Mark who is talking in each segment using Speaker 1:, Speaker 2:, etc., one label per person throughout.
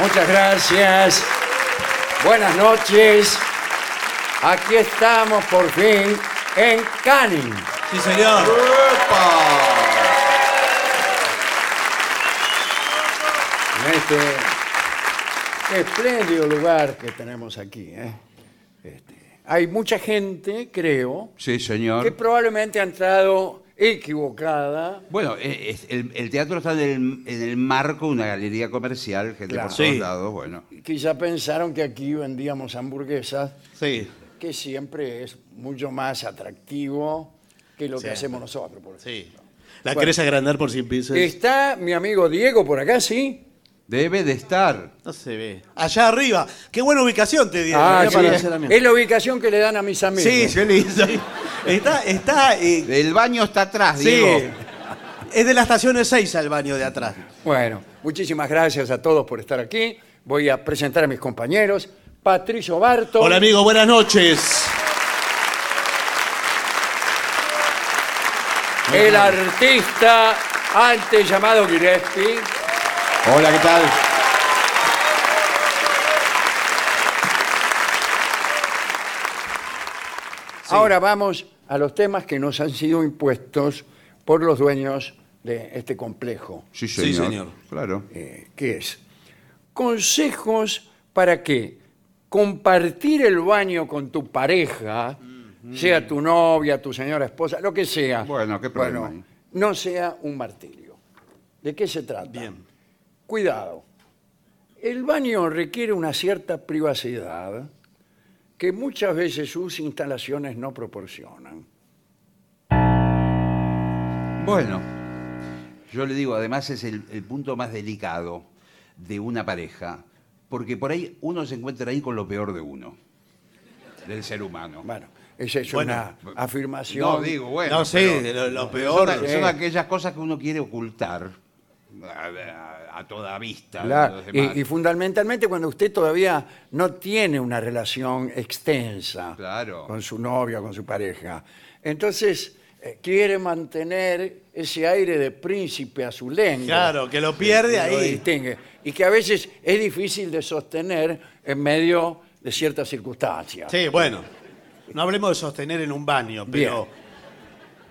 Speaker 1: Muchas gracias. Buenas noches. Aquí estamos por fin en Canning.
Speaker 2: Sí, señor.
Speaker 1: en este espléndido lugar que tenemos aquí. ¿eh? Este, hay mucha gente, creo,
Speaker 3: Sí,
Speaker 1: que
Speaker 3: señor.
Speaker 1: probablemente ha entrado equivocada.
Speaker 3: Bueno, eh, es- el, el teatro está en el, en el marco de una galería comercial, gente
Speaker 1: Claro.
Speaker 3: por todos
Speaker 2: Sí.
Speaker 3: lados, bueno.
Speaker 1: Quizá pensaron que aquí vendíamos hamburguesas,
Speaker 2: Sí.
Speaker 1: que siempre es mucho más atractivo que lo que
Speaker 2: Sí.
Speaker 1: hacemos nosotros. por
Speaker 2: Sí.
Speaker 1: ejemplo.
Speaker 2: La
Speaker 1: Bueno.
Speaker 2: querés agrandar por 100 pisos.
Speaker 1: Está mi amigo Diego por acá, ¿sí?
Speaker 3: Debe de estar.
Speaker 2: No se ve. Allá arriba. Qué buena ubicación te dieron.
Speaker 1: Ah,
Speaker 2: Mirá
Speaker 1: sí.
Speaker 2: para hacer la mía.
Speaker 1: Es la ubicación que le dan a mis amigos.
Speaker 2: Sí, qué lindo. Está, está, eh,
Speaker 3: El baño está atrás,
Speaker 2: sí.
Speaker 3: Diego.
Speaker 2: Es de la estación 6 al baño de atrás.
Speaker 1: Bueno, muchísimas gracias a todos por estar aquí. Voy a presentar a mis compañeros. Patricio Barto.
Speaker 2: Hola amigo, buenas noches.
Speaker 1: El artista antes llamado Gillespie.
Speaker 3: Hola, ¿qué tal?
Speaker 1: Ahora vamos a los temas que nos han sido impuestos por los dueños de este complejo,
Speaker 3: Sí, señor.
Speaker 2: Sí, señor.
Speaker 3: Claro.
Speaker 1: eh, que es consejos para que compartir el baño con tu pareja, sea tu novia, tu señora esposa, lo que sea,
Speaker 3: Bueno, qué problema hay.
Speaker 1: no sea un martirio. ¿De qué se trata?
Speaker 2: Bien.
Speaker 1: Cuidado. El baño requiere una cierta privacidad que muchas veces sus instalaciones no proporcionan.
Speaker 3: Bueno, yo le digo, además es el, el punto más delicado de una pareja, porque por ahí uno se encuentra ahí con lo peor de uno, del ser humano.
Speaker 1: Bueno, esa es
Speaker 2: Bueno,
Speaker 1: una afirmación.
Speaker 3: No digo, bueno.
Speaker 2: No, sí,
Speaker 3: pero
Speaker 2: lo- lo
Speaker 3: son
Speaker 2: peor,
Speaker 3: a- Son,
Speaker 1: sí.
Speaker 3: aquellas cosas que uno quiere ocultar a, a- a toda vista. de
Speaker 1: Claro,
Speaker 3: los demás.
Speaker 1: y, y fundamentalmente cuando usted todavía no tiene una relación extensa
Speaker 3: Claro.
Speaker 1: con su novia, con su pareja. Entonces, eh, quiere mantener ese aire de príncipe a su lengua.
Speaker 2: Claro, que lo pierde
Speaker 1: lo
Speaker 2: ahí.
Speaker 1: distingue. Y que a veces es difícil de sostener en medio de ciertas circunstancias.
Speaker 2: Sí, bueno. No hablemos de sostener en un baño, pero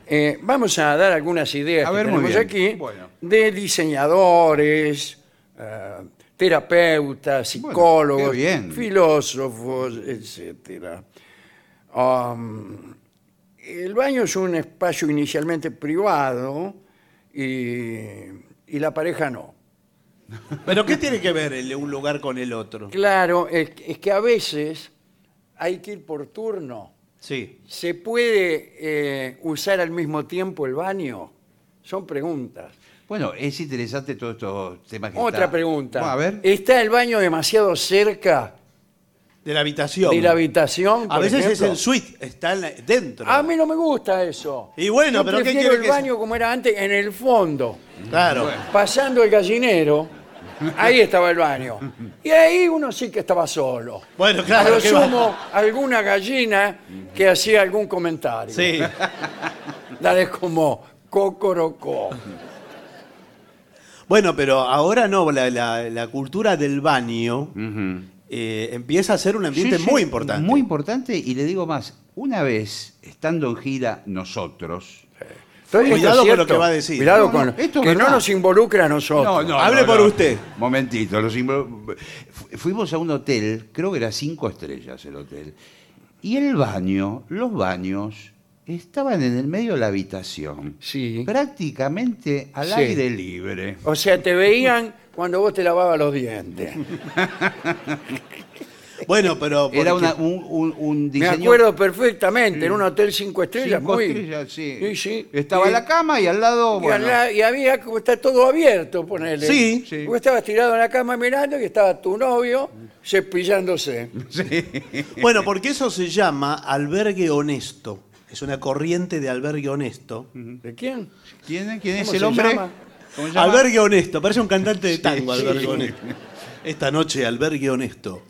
Speaker 1: Eh, vamos a dar algunas ideas
Speaker 3: A
Speaker 1: que
Speaker 3: ver, muy
Speaker 1: tenemos
Speaker 3: bien.
Speaker 1: aquí
Speaker 3: Bueno.
Speaker 1: de diseñadores, eh, terapeutas,
Speaker 3: Bueno,
Speaker 1: psicólogos,
Speaker 3: qué bien.
Speaker 1: filósofos, etcétera. Um, el baño es un espacio inicialmente privado y, y la pareja no.
Speaker 2: pero ¿qué tiene que ver el de un lugar con el otro?
Speaker 1: Claro, es, es que a veces hay que ir por turno.
Speaker 2: Sí.
Speaker 1: ¿Se puede eh, usar al mismo tiempo el baño? Son preguntas.
Speaker 3: Bueno, es interesante todos estos temas que
Speaker 1: Otra
Speaker 3: está-
Speaker 1: pregunta. Eh,
Speaker 3: Bueno, a ver.
Speaker 1: ¿Está el baño demasiado cerca
Speaker 2: De la habitación.
Speaker 1: de la habitación?
Speaker 2: A
Speaker 1: por
Speaker 2: veces es
Speaker 1: ejemplo?
Speaker 2: en suite, está en la- dentro.
Speaker 3: Ah,
Speaker 1: A mí no me gusta eso.
Speaker 2: Y bueno,
Speaker 1: Yo
Speaker 2: pero ¿qué
Speaker 1: prefiero
Speaker 2: quiere
Speaker 1: el
Speaker 2: que sea?
Speaker 1: baño como era antes, en el fondo.
Speaker 2: Claro.
Speaker 3: Bueno.
Speaker 1: Pasando el gallinero, ahí estaba el baño. Y ahí uno sí que estaba solo.
Speaker 2: Bueno, claro,
Speaker 1: A lo
Speaker 2: ¿qué
Speaker 1: sumo, alguna gallina que hacía algún comentario.
Speaker 2: Sí.
Speaker 1: La de como cocorocó.
Speaker 2: Bueno, pero ahora no, la, la- la cultura del baño
Speaker 3: Ujú.
Speaker 2: eh, empieza a ser un ambiente
Speaker 3: Sí, sí,
Speaker 2: muy importante.
Speaker 3: Muy importante, y le digo más, una vez estando en gira nosotros.
Speaker 1: Entonces, esto
Speaker 2: Cuidado
Speaker 1: es
Speaker 2: con lo
Speaker 1: cierto.
Speaker 2: que va a decir.
Speaker 1: Cuidado
Speaker 3: No,
Speaker 1: con
Speaker 3: no, esto es
Speaker 1: que no
Speaker 3: verdad.
Speaker 1: nos involucra a nosotros.
Speaker 2: hable por usted.
Speaker 3: Momentito, los invo- fu- fuimos a un hotel, creo que era cinco estrellas el hotel, y el baño, los baños, estaban en el medio de la habitación.
Speaker 1: Sí.
Speaker 3: Prácticamente al
Speaker 1: Sí.
Speaker 3: aire libre.
Speaker 1: O sea, te veían cuando vos te lavabas los dientes.
Speaker 2: Bueno, pero.
Speaker 3: Era
Speaker 2: porque-
Speaker 3: una- un, un- un
Speaker 1: Me
Speaker 3: diseño.
Speaker 1: acuerdo perfectamente, en un hotel cinco estrellas.
Speaker 3: Cinco
Speaker 1: muy-
Speaker 3: estrellas, sí.
Speaker 1: Sí, sí.
Speaker 3: Estaba
Speaker 1: Y-
Speaker 3: la cama y al lado.
Speaker 1: Y, al
Speaker 3: bueno,
Speaker 1: lado- y había como está todo abierto, ponele.
Speaker 2: Sí,
Speaker 3: sí.
Speaker 1: Vos estabas tirado en la cama mirando y estaba tu novio cepillándose.
Speaker 2: Bueno, porque eso se llama albergue honesto. Es una corriente de albergue honesto.
Speaker 1: ¿De quién?
Speaker 3: ¿Quién, quién es
Speaker 1: ¿Cómo
Speaker 3: el
Speaker 1: se
Speaker 3: hombre?
Speaker 1: llama?
Speaker 3: ¿Cómo se llama?
Speaker 2: Albergue honesto, parece un cantante de tango,
Speaker 3: sí.
Speaker 2: albergue honesto. Esta noche, albergue honesto.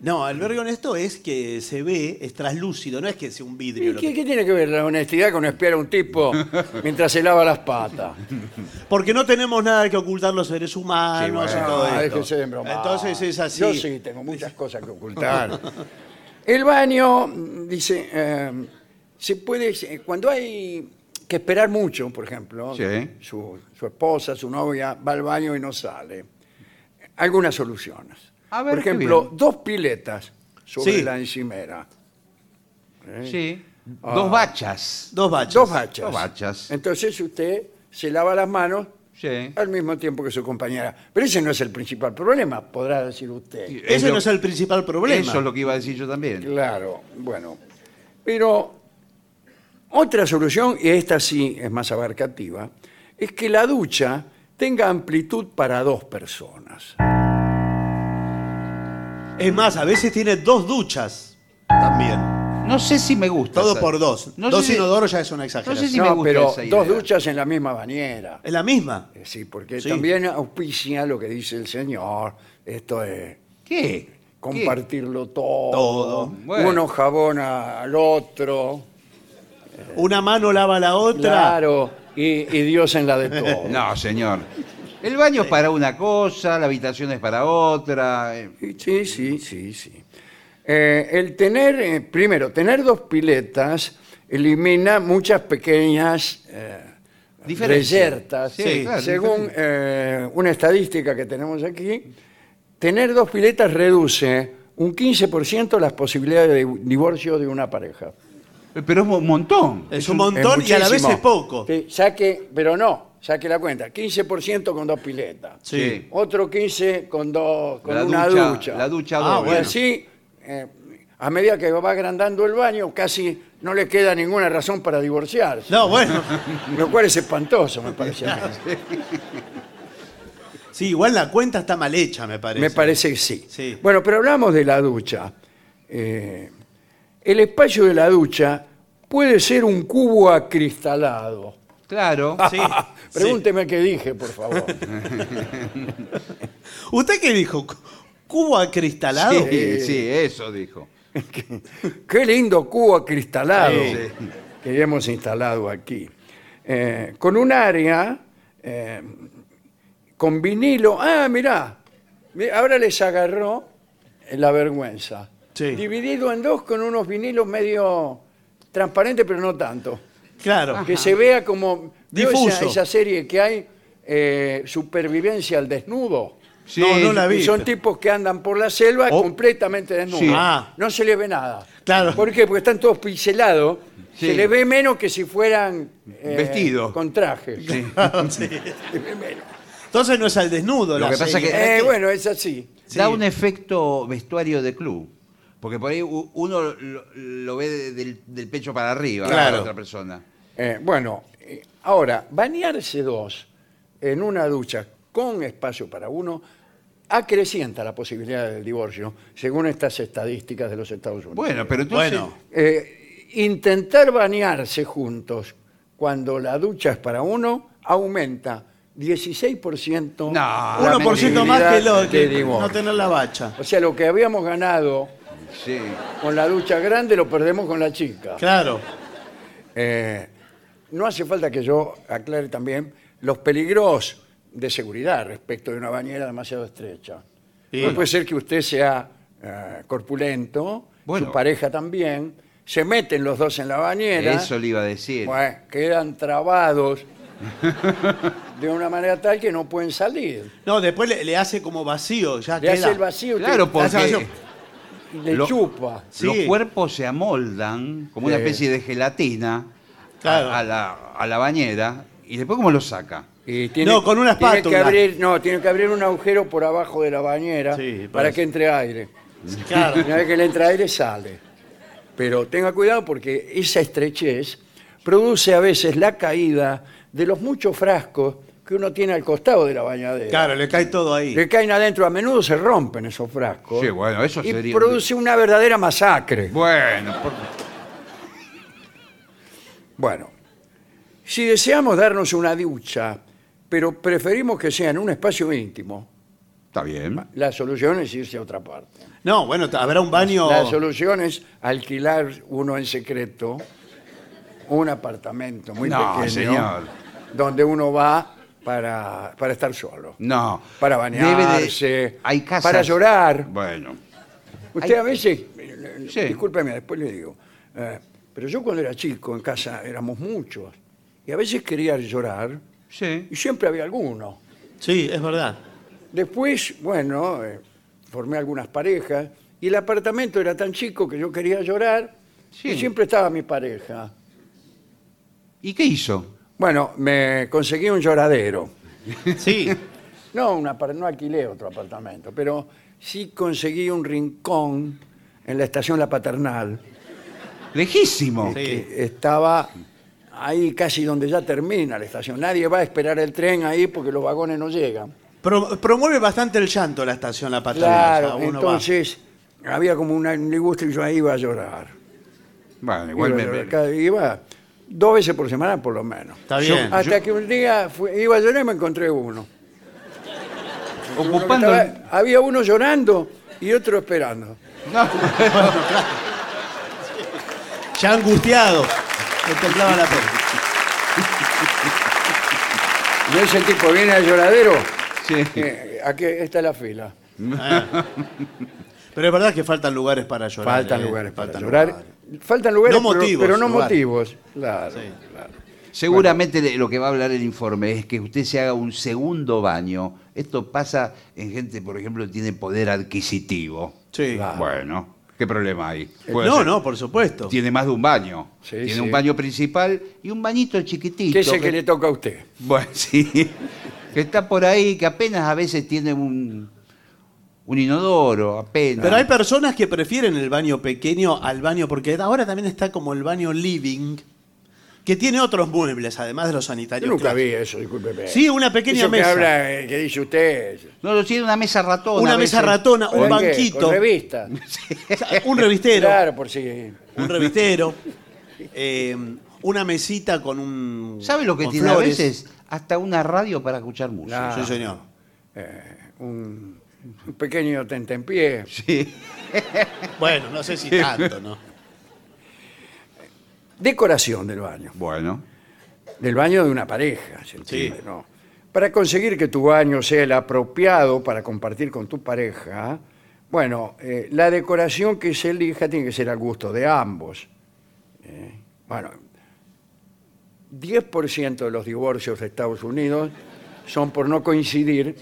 Speaker 2: No, albergue honesto es que se ve, es traslúcido, no es que sea un vidrio.
Speaker 1: ¿Y
Speaker 2: lo
Speaker 1: ¿Qué,
Speaker 2: que-
Speaker 1: qué tiene que ver la honestidad con espiar a un tipo mientras se lava las patas?
Speaker 2: Porque no tenemos nada que ocultar los seres humanos
Speaker 3: Sí, bueno.
Speaker 2: y todo
Speaker 1: Ah,
Speaker 2: esto.
Speaker 1: déjese de bromar.
Speaker 2: Entonces es así.
Speaker 1: Yo sí, tengo muchas cosas que ocultar. El baño, mm, dice, eh, se puede, eh, cuando hay que esperar mucho, por ejemplo,
Speaker 3: Sí.
Speaker 1: su, su esposa, su novia, va al baño y no sale. Algunas soluciones.
Speaker 3: A ver,
Speaker 1: por
Speaker 3: qué
Speaker 1: ejemplo,
Speaker 3: bien.
Speaker 1: dos piletas sobre
Speaker 2: Sí.
Speaker 1: la encimera.
Speaker 3: Sí. Dos
Speaker 1: Ah.
Speaker 3: bachas.
Speaker 2: Dos baches.
Speaker 1: Dos bachas.
Speaker 3: Dos bachas.
Speaker 1: Entonces usted se lava las manos
Speaker 3: Sí.
Speaker 1: al mismo tiempo que su compañera. Pero ese no es el principal problema, podrá decir usted.
Speaker 2: Ese
Speaker 3: lo-
Speaker 2: no es el principal problema.
Speaker 3: Eso es lo que iba a decir yo también.
Speaker 1: Claro, bueno. Pero otra solución, y esta sí es más abarcativa, es que la ducha tenga amplitud para dos personas.
Speaker 2: Es más, a veces tiene dos duchas también.
Speaker 3: No sé si me gusta.
Speaker 2: Todo
Speaker 3: esa-
Speaker 2: por dos.
Speaker 3: No
Speaker 2: dos
Speaker 3: sé si-
Speaker 2: inodoros ya es una
Speaker 3: sé si-
Speaker 2: exageración.
Speaker 3: Sí me
Speaker 1: no,
Speaker 3: gusta
Speaker 1: pero
Speaker 3: esa idea.
Speaker 1: dos duchas en la misma bañera.
Speaker 2: Es la misma.
Speaker 1: Eh, Sí, porque
Speaker 2: Sí.
Speaker 1: también auspicia lo que dice el señor. Esto es
Speaker 3: ¿Qué? ¿Qué?
Speaker 1: compartirlo todo.
Speaker 2: Todo.
Speaker 3: Bueno.
Speaker 1: Uno jabona al otro.
Speaker 2: Una mano lava la otra.
Speaker 1: Eh. Claro. Y, y Dios en la de todo.
Speaker 3: No, señor. El baño es para una cosa, la habitación es para otra. eh.
Speaker 1: Sí, Sí, sí, sí, sí. Eh, el tener, eh, primero, tener dos piletas elimina muchas pequeñas eh,
Speaker 3: Diferencias.
Speaker 1: reyertas.
Speaker 3: Sí,
Speaker 1: Sí,
Speaker 3: claro,
Speaker 1: Según eh, una estadística que tenemos aquí, tener dos piletas reduce un 15% las posibilidades de divorcio de una pareja.
Speaker 3: Pero es un montón.
Speaker 2: Es un montón
Speaker 1: Es
Speaker 2: y a la vez
Speaker 1: muchísimo.
Speaker 2: es poco.
Speaker 1: Sí, saque, pero no, saque la cuenta, 15% con dos piletas.
Speaker 2: Sí.
Speaker 1: Otro 15 con dos, con
Speaker 3: La
Speaker 1: una
Speaker 3: ducha,
Speaker 1: ducha.
Speaker 3: la ducha
Speaker 2: Ah,
Speaker 3: doble.
Speaker 1: Y
Speaker 2: bueno.
Speaker 1: así, eh, a medida que va agrandando el baño, casi no le queda ninguna razón para divorciarse.
Speaker 2: No, bueno.
Speaker 1: Lo cual es espantoso, me parece. a mí.
Speaker 2: Sí, igual la cuenta está mal hecha, me parece.
Speaker 1: me parece que sí.
Speaker 2: Sí.
Speaker 1: Bueno, pero hablamos de la ducha. Eh, el espacio de la ducha puede ser un cubo acristalado.
Speaker 3: Claro.
Speaker 2: Sí.
Speaker 1: Pregúnteme qué dije, por favor.
Speaker 2: sí. ¿Usted qué dijo? ¿Cubo acristalado?
Speaker 3: Sí, sí, eso dijo.
Speaker 1: Qué lindo cubo acristalado
Speaker 2: Sí.
Speaker 1: que hemos instalado aquí. Eh, con un área eh, con vinilo. Ah, mirá, mi- ahora les agarró la vergüenza.
Speaker 2: Sí.
Speaker 1: Dividido en dos con unos vinilos medio transparentes, pero no tanto.
Speaker 2: Claro.
Speaker 1: Que se vea como ¿vio esa-
Speaker 2: Difuso.
Speaker 1: Esa, serie que hay, eh, Supervivencia al Desnudo.
Speaker 3: Sí.
Speaker 2: No, no la vi.
Speaker 1: Y son tipos que andan por la selva
Speaker 3: Oh.
Speaker 1: completamente desnudos.
Speaker 3: Sí.
Speaker 2: Ah.
Speaker 1: No se les ve nada.
Speaker 2: Claro.
Speaker 1: ¿Por qué? Porque están todos pincelados.
Speaker 3: Sí.
Speaker 1: Se les ve menos que si fueran eh,
Speaker 3: Vestidos.
Speaker 1: Con trajes.
Speaker 2: Sí.
Speaker 1: Se ve menos.
Speaker 2: Entonces no es al desnudo
Speaker 3: Lo
Speaker 2: la
Speaker 3: que pasa
Speaker 2: serie.
Speaker 3: que-
Speaker 1: Eh,
Speaker 3: ¿qué?
Speaker 1: bueno, es así.
Speaker 2: Sí.
Speaker 3: Da un efecto vestuario de club. Porque por ahí u- uno lo, lo ve de- del, del pecho para arriba a
Speaker 2: Claro.
Speaker 3: la otra persona.
Speaker 1: Eh, bueno, eh, ahora, bañarse dos en una ducha con espacio para uno acrecienta la posibilidad del divorcio, según estas estadísticas de los Estados Unidos.
Speaker 3: Bueno, pero entonces.
Speaker 2: Bueno.
Speaker 1: Eh, intentar bañarse juntos cuando la ducha es para uno aumenta 16%.
Speaker 3: No,
Speaker 1: la
Speaker 2: 1% más que lo
Speaker 1: posibilidad
Speaker 2: que
Speaker 1: de divorcio.
Speaker 2: no tener la bacha.
Speaker 1: O sea, lo que habíamos ganado
Speaker 3: Sí.
Speaker 1: con la ducha grande lo perdemos con la chica.
Speaker 2: Claro.
Speaker 1: Eh, no hace falta que yo aclare también los peligros de seguridad respecto de una bañera demasiado estrecha.
Speaker 2: Sí.
Speaker 1: No puede ser que usted sea eh, corpulento,
Speaker 3: Bueno.
Speaker 1: su pareja también, se meten los dos en la bañera,
Speaker 3: Eso le iba a decir.
Speaker 1: bueno, Pues, quedan trabados de una manera tal que no pueden salir.
Speaker 2: No, después le, le hace como vacío. Ya
Speaker 1: Le hace
Speaker 2: queda.
Speaker 1: el vacío, usted
Speaker 3: Claro,
Speaker 2: La
Speaker 3: porque
Speaker 2: salvación.
Speaker 1: le
Speaker 3: lo-
Speaker 1: chupa.
Speaker 2: Sí.
Speaker 3: los cuerpos se amoldan como una
Speaker 1: Sí.
Speaker 3: especie de gelatina a-
Speaker 2: Claro.
Speaker 3: a, la, a la bañera. ¿Y después cómo lo saca?
Speaker 1: Y tiene-
Speaker 2: No, con una
Speaker 1: tiene que
Speaker 2: espátula.
Speaker 1: abrir- no, tiene que abrir un agujero por abajo de la bañera
Speaker 2: Sí,
Speaker 1: para
Speaker 2: parece.
Speaker 1: que entre aire.
Speaker 2: Claro.
Speaker 1: Una vez que le entra aire, sale. Pero tenga cuidado porque esa estrechez produce a veces la caída de los muchos frascos que uno tiene al costado de la bañadera.
Speaker 2: Claro, le cae todo ahí.
Speaker 1: Que caen adentro, a menudo se rompen esos frascos.
Speaker 3: Sí, bueno, eso
Speaker 1: y
Speaker 3: sería-
Speaker 1: produce una verdadera masacre.
Speaker 3: Bueno, por-
Speaker 1: Bueno, si deseamos darnos una ducha, pero preferimos que sea en un espacio íntimo,
Speaker 3: está bien.
Speaker 1: la solución es irse a otra parte.
Speaker 2: No, bueno, t- habrá un baño.
Speaker 1: La solución es alquilar uno en secreto un apartamento muy
Speaker 3: No,
Speaker 1: pequeño
Speaker 3: señor.
Speaker 1: donde uno va para, para estar solo,
Speaker 3: No.
Speaker 1: para
Speaker 3: Debe de-
Speaker 1: bañarse,
Speaker 3: Hay casas.
Speaker 1: para llorar.
Speaker 3: Bueno.
Speaker 1: Usted
Speaker 3: Hay-
Speaker 1: a veces, eh,
Speaker 3: Sí.
Speaker 1: discúlpeme, después le digo, eh, pero yo cuando era chico en casa éramos muchos y a veces quería llorar
Speaker 3: Sí.
Speaker 1: y siempre había alguno.
Speaker 2: Sí, es verdad.
Speaker 1: Después, bueno, eh, formé algunas parejas y el apartamento era tan chico que yo quería llorar
Speaker 3: Sí.
Speaker 1: y siempre estaba mi pareja.
Speaker 3: ¿Y qué hizo?
Speaker 1: Bueno, me conseguí un lloradero.
Speaker 2: Sí.
Speaker 1: No, un apar- no alquilé otro apartamento, pero sí conseguí un rincón en la estación La Paternal.
Speaker 3: Lejísimo.
Speaker 2: Sí.
Speaker 1: que estaba ahí casi donde ya termina la estación. Nadie va a esperar el tren ahí porque los vagones no llegan.
Speaker 2: Pro- promueve bastante el llanto la estación
Speaker 3: Ah,
Speaker 2: La Patria.
Speaker 1: Claro, entonces había como una- un disgusto y yo ahí iba a llorar.
Speaker 3: Bueno, igual
Speaker 1: iba,
Speaker 3: me.
Speaker 1: a llorar. Cada- iba dos veces por semana por lo menos.
Speaker 2: Está
Speaker 3: Yo-
Speaker 2: bien.
Speaker 1: Hasta que un día fui- iba a llorar y me encontré uno. Uno que
Speaker 3: ocupando. el-
Speaker 1: estaba- había uno llorando y otro esperando.
Speaker 3: No,
Speaker 2: Ya angustiado. Le temblaba la piel.
Speaker 1: Y ese tipo viene al lloradero.
Speaker 3: sí.
Speaker 1: eh, aquí está la fila.
Speaker 2: Ah. Pero es verdad que faltan lugares para llorar.
Speaker 1: Faltan
Speaker 2: eh.
Speaker 1: lugares para
Speaker 2: Faltan
Speaker 1: llorar.
Speaker 2: lugares.
Speaker 1: Faltan lugares,
Speaker 2: No
Speaker 1: pero-
Speaker 2: motivos,
Speaker 1: pero, no
Speaker 2: lugares.
Speaker 1: motivos. Claro,
Speaker 2: Sí.
Speaker 1: claro.
Speaker 3: Seguramente le- lo que va a hablar el informe es que usted se haga un segundo baño. Esto pasa en gente, por ejemplo, que tiene poder adquisitivo.
Speaker 2: Sí.
Speaker 1: Claro.
Speaker 3: Bueno, ¿qué problema hay? Puede
Speaker 2: Ah. Eh, No,
Speaker 3: ser-
Speaker 2: no, por supuesto.
Speaker 3: Tiene más de un baño.
Speaker 1: Sí,
Speaker 3: tiene
Speaker 1: sí.
Speaker 3: un baño principal y un bañito chiquitito.
Speaker 1: ¿Qué es el
Speaker 3: que-
Speaker 1: que le toca a usted?
Speaker 3: Bueno, sí. Que está por ahí, que apenas a veces tiene un, un inodoro, apenas.
Speaker 2: Pero hay personas que prefieren el baño pequeño al baño, porque ahora también está como el baño living, que tiene otros muebles, además de los
Speaker 1: Yo
Speaker 2: sanitarios.
Speaker 1: nunca
Speaker 2: clásicos.
Speaker 1: vi eso, discúlpeme.
Speaker 2: Sí, una pequeña
Speaker 1: Eso
Speaker 2: mesa.
Speaker 1: Que, habla, eh, que dice usted.
Speaker 3: No, lo tiene una mesa ratona.
Speaker 2: Una
Speaker 3: a veces.
Speaker 2: mesa ratona,
Speaker 1: ¿Con
Speaker 2: un
Speaker 1: qué?
Speaker 2: banquito,
Speaker 1: Con revista.
Speaker 2: un revistero,
Speaker 1: Claro, por si.
Speaker 2: un revistero, eh, una mesita con un.
Speaker 3: ¿Sabe lo que
Speaker 2: con
Speaker 3: tiene
Speaker 2: flores.
Speaker 3: a veces? Hasta una radio para escuchar música.
Speaker 1: Claro.
Speaker 2: Sí, señor.
Speaker 1: Un, un pequeño tentempié.
Speaker 3: Sí.
Speaker 2: Bueno, no sé si tanto, ¿no?
Speaker 1: Decoración del baño.
Speaker 3: Bueno.
Speaker 1: Del baño de una pareja, se entiende, ¿no? Para conseguir que tu baño sea el apropiado para compartir con tu pareja, bueno, eh, la decoración que se elija tiene que ser al gusto de ambos. Eh, bueno, 10% de los divorcios de Estados Unidos son por no coincidir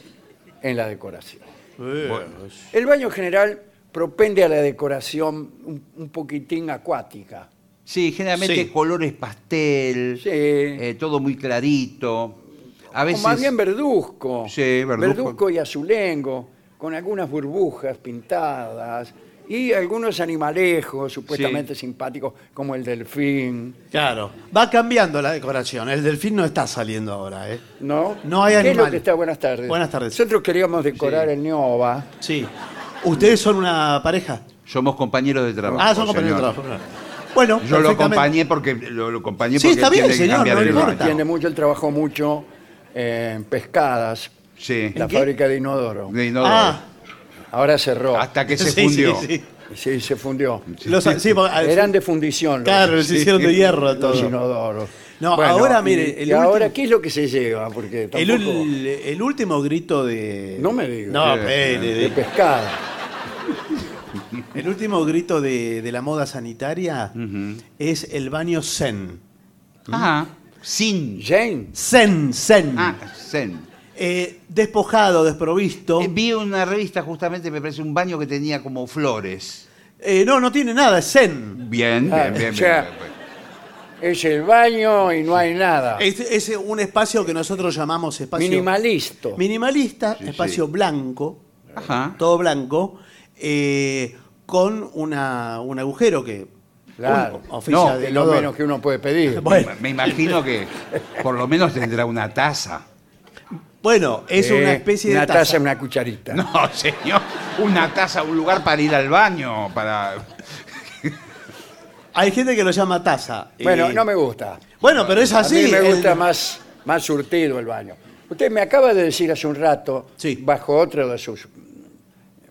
Speaker 1: en la decoración.
Speaker 2: Bueno,
Speaker 1: El baño en general propende a la decoración un, un poquitín acuática.
Speaker 3: Sí, generalmente
Speaker 2: Sí.
Speaker 3: colores pastel,
Speaker 1: Sí.
Speaker 3: eh, todo muy clarito. A veces.
Speaker 1: O más bien verduzco.
Speaker 3: Sí, verduzco.
Speaker 1: y azulengo, con algunas burbujas pintadas y algunos animalejos supuestamente simpáticos, como el delfín,
Speaker 2: claro. Va cambiando la decoración. El delfín no está saliendo ahora, ¿eh?
Speaker 1: ¿no?
Speaker 2: No hay
Speaker 1: ¿Qué es lo
Speaker 2: animal.
Speaker 1: que está? Buenas tardes.
Speaker 2: Buenas tardes.
Speaker 1: Nosotros queríamos decorar el Neova.
Speaker 2: Sí. ¿Ustedes son una pareja?
Speaker 3: Somos compañeros de trabajo.
Speaker 2: Ah, son compañeros de
Speaker 3: señor.
Speaker 2: trabajo. Bueno,
Speaker 3: Yo lo
Speaker 2: perfectamente.
Speaker 3: acompañé porque lo, lo acompañé
Speaker 2: Sí,
Speaker 3: porque
Speaker 2: está
Speaker 3: él
Speaker 2: bien,
Speaker 3: tiene que
Speaker 2: señor,
Speaker 3: cambiar
Speaker 2: no
Speaker 3: el
Speaker 2: importa.
Speaker 3: baño.
Speaker 1: Tiene mucho, él trabajó mucho eh, en pescadas,
Speaker 3: Sí.
Speaker 1: en la
Speaker 2: qué?
Speaker 1: fábrica de inodoro.
Speaker 3: De inodoro.
Speaker 2: Ah,
Speaker 1: Ahora cerró.
Speaker 3: Hasta que se
Speaker 2: sí,
Speaker 3: fundió.
Speaker 2: Sí,
Speaker 1: Sí, se fundió.
Speaker 2: sí. Los- sí, porque-
Speaker 1: Eran de fundición. los-
Speaker 2: Claro, se hicieron de hierro
Speaker 1: Los
Speaker 2: todo.
Speaker 1: inodoros.
Speaker 2: No, ahora, mire,
Speaker 1: y-
Speaker 2: el
Speaker 1: y ahora,
Speaker 2: último-
Speaker 1: ¿qué es lo que se lleva? Porque
Speaker 2: El,
Speaker 1: tampoco.
Speaker 2: ul- el último grito de.
Speaker 1: No me diga.
Speaker 2: No,
Speaker 3: Sí.
Speaker 2: eh, de-
Speaker 1: De
Speaker 2: de-
Speaker 1: pescado.
Speaker 2: el último grito de, de la moda sanitaria
Speaker 3: Mm.
Speaker 2: es el baño Zen. Ah.
Speaker 3: Ajá. Sin.
Speaker 1: Jane.
Speaker 2: Zen, Zen.
Speaker 3: Ah, Zen.
Speaker 2: Eh, despojado, desprovisto.
Speaker 3: Eh, Vi una revista justamente, me parece un baño que tenía como flores.
Speaker 2: Eh, no, no tiene nada, es Zen.
Speaker 3: Bien,
Speaker 1: Ah,
Speaker 3: bien, bien,
Speaker 1: o sea,
Speaker 3: bien, bien, bien.
Speaker 1: Es el baño y no hay nada.
Speaker 2: Es, es un espacio que nosotros llamamos espacio
Speaker 1: Minimalisto.
Speaker 2: minimalista,
Speaker 3: Sí,
Speaker 2: espacio
Speaker 3: sí.
Speaker 2: blanco,
Speaker 3: Ajá.
Speaker 2: todo blanco, eh, con una- un agujero que
Speaker 1: Claro.
Speaker 2: un- oficia
Speaker 1: no,
Speaker 2: de
Speaker 1: que lo
Speaker 2: lodor.
Speaker 1: menos que uno puede pedir.
Speaker 2: Bueno,
Speaker 3: Me imagino que por lo menos tendrá una taza.
Speaker 2: bueno, es
Speaker 1: Eh,
Speaker 2: una especie de
Speaker 1: Una
Speaker 2: taza.
Speaker 1: taza, una cucharita.
Speaker 3: No, señor, una taza, un lugar para ir al baño, para...
Speaker 2: Hay gente que lo llama taza. y-
Speaker 1: Bueno, no me gusta.
Speaker 2: Bueno, pero es así.
Speaker 1: a mí me
Speaker 2: el-
Speaker 1: gusta más, más surtido el baño. Usted me acaba de decir hace un rato,
Speaker 2: Sí.
Speaker 1: bajo otra de sus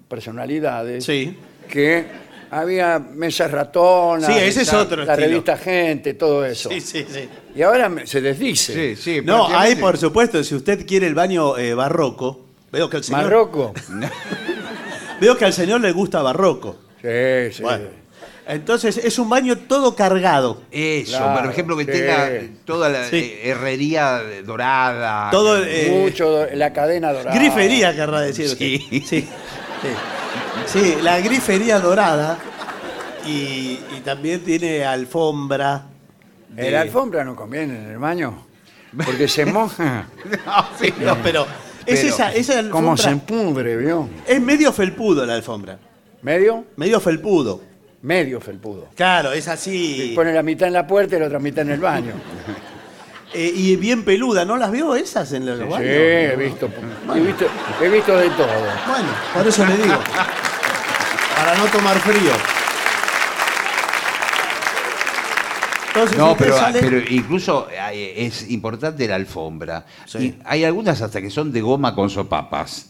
Speaker 1: personalidades,
Speaker 2: Sí.
Speaker 1: que había mesas ratonas,
Speaker 2: Sí, ese es
Speaker 1: la-
Speaker 2: otro
Speaker 1: la
Speaker 2: estilo.
Speaker 1: revista Gente, todo eso.
Speaker 2: Sí, sí, sí.
Speaker 1: Y ahora me- se desdice.
Speaker 3: Sí, sí.
Speaker 2: No, hay
Speaker 3: prácticamente.
Speaker 2: por supuesto, si usted quiere el baño eh, barroco, veo que, al señor,
Speaker 1: Marroco.
Speaker 2: veo que al señor le gusta barroco.
Speaker 1: Sí, sí.
Speaker 2: Bueno. Entonces es un baño todo cargado.
Speaker 3: Eso,
Speaker 1: Claro,
Speaker 3: por ejemplo, que
Speaker 1: sí.
Speaker 3: tenga toda la
Speaker 2: Sí.
Speaker 3: eh, herrería dorada.
Speaker 2: Todo
Speaker 3: que-
Speaker 2: eh,
Speaker 1: Mucho, do- la cadena dorada.
Speaker 2: grifería, querrá decir. usted.
Speaker 3: Sí.
Speaker 2: Sí. sí. Sí, la grifería dorada y, y también tiene alfombra. de-
Speaker 1: Eh, La alfombra no conviene en el baño, porque se moja.
Speaker 3: No, Ah, sí,
Speaker 2: No, pero Eh, es
Speaker 3: Pero,
Speaker 2: esa, esa alfombra.
Speaker 1: Como se empudre, ¿vio?
Speaker 2: Es medio felpudo la alfombra.
Speaker 1: ¿Medio?
Speaker 2: Medio felpudo.
Speaker 1: Medio felpudo.
Speaker 2: Claro, es así.
Speaker 1: Pone la mitad en la puerta y la otra mitad en el baño.
Speaker 2: Eh, y bien peluda, ¿no las veo esas en los
Speaker 1: Sí,
Speaker 2: baños?
Speaker 1: he visto, he visto, he visto de todo.
Speaker 2: Bueno, por eso le digo. Para no tomar frío. Entonces,
Speaker 3: No,
Speaker 2: usted
Speaker 3: pero,
Speaker 2: sale-
Speaker 3: pero incluso eh, es importante la alfombra.
Speaker 2: Sí.
Speaker 3: Y hay algunas hasta que son de goma con sopapas.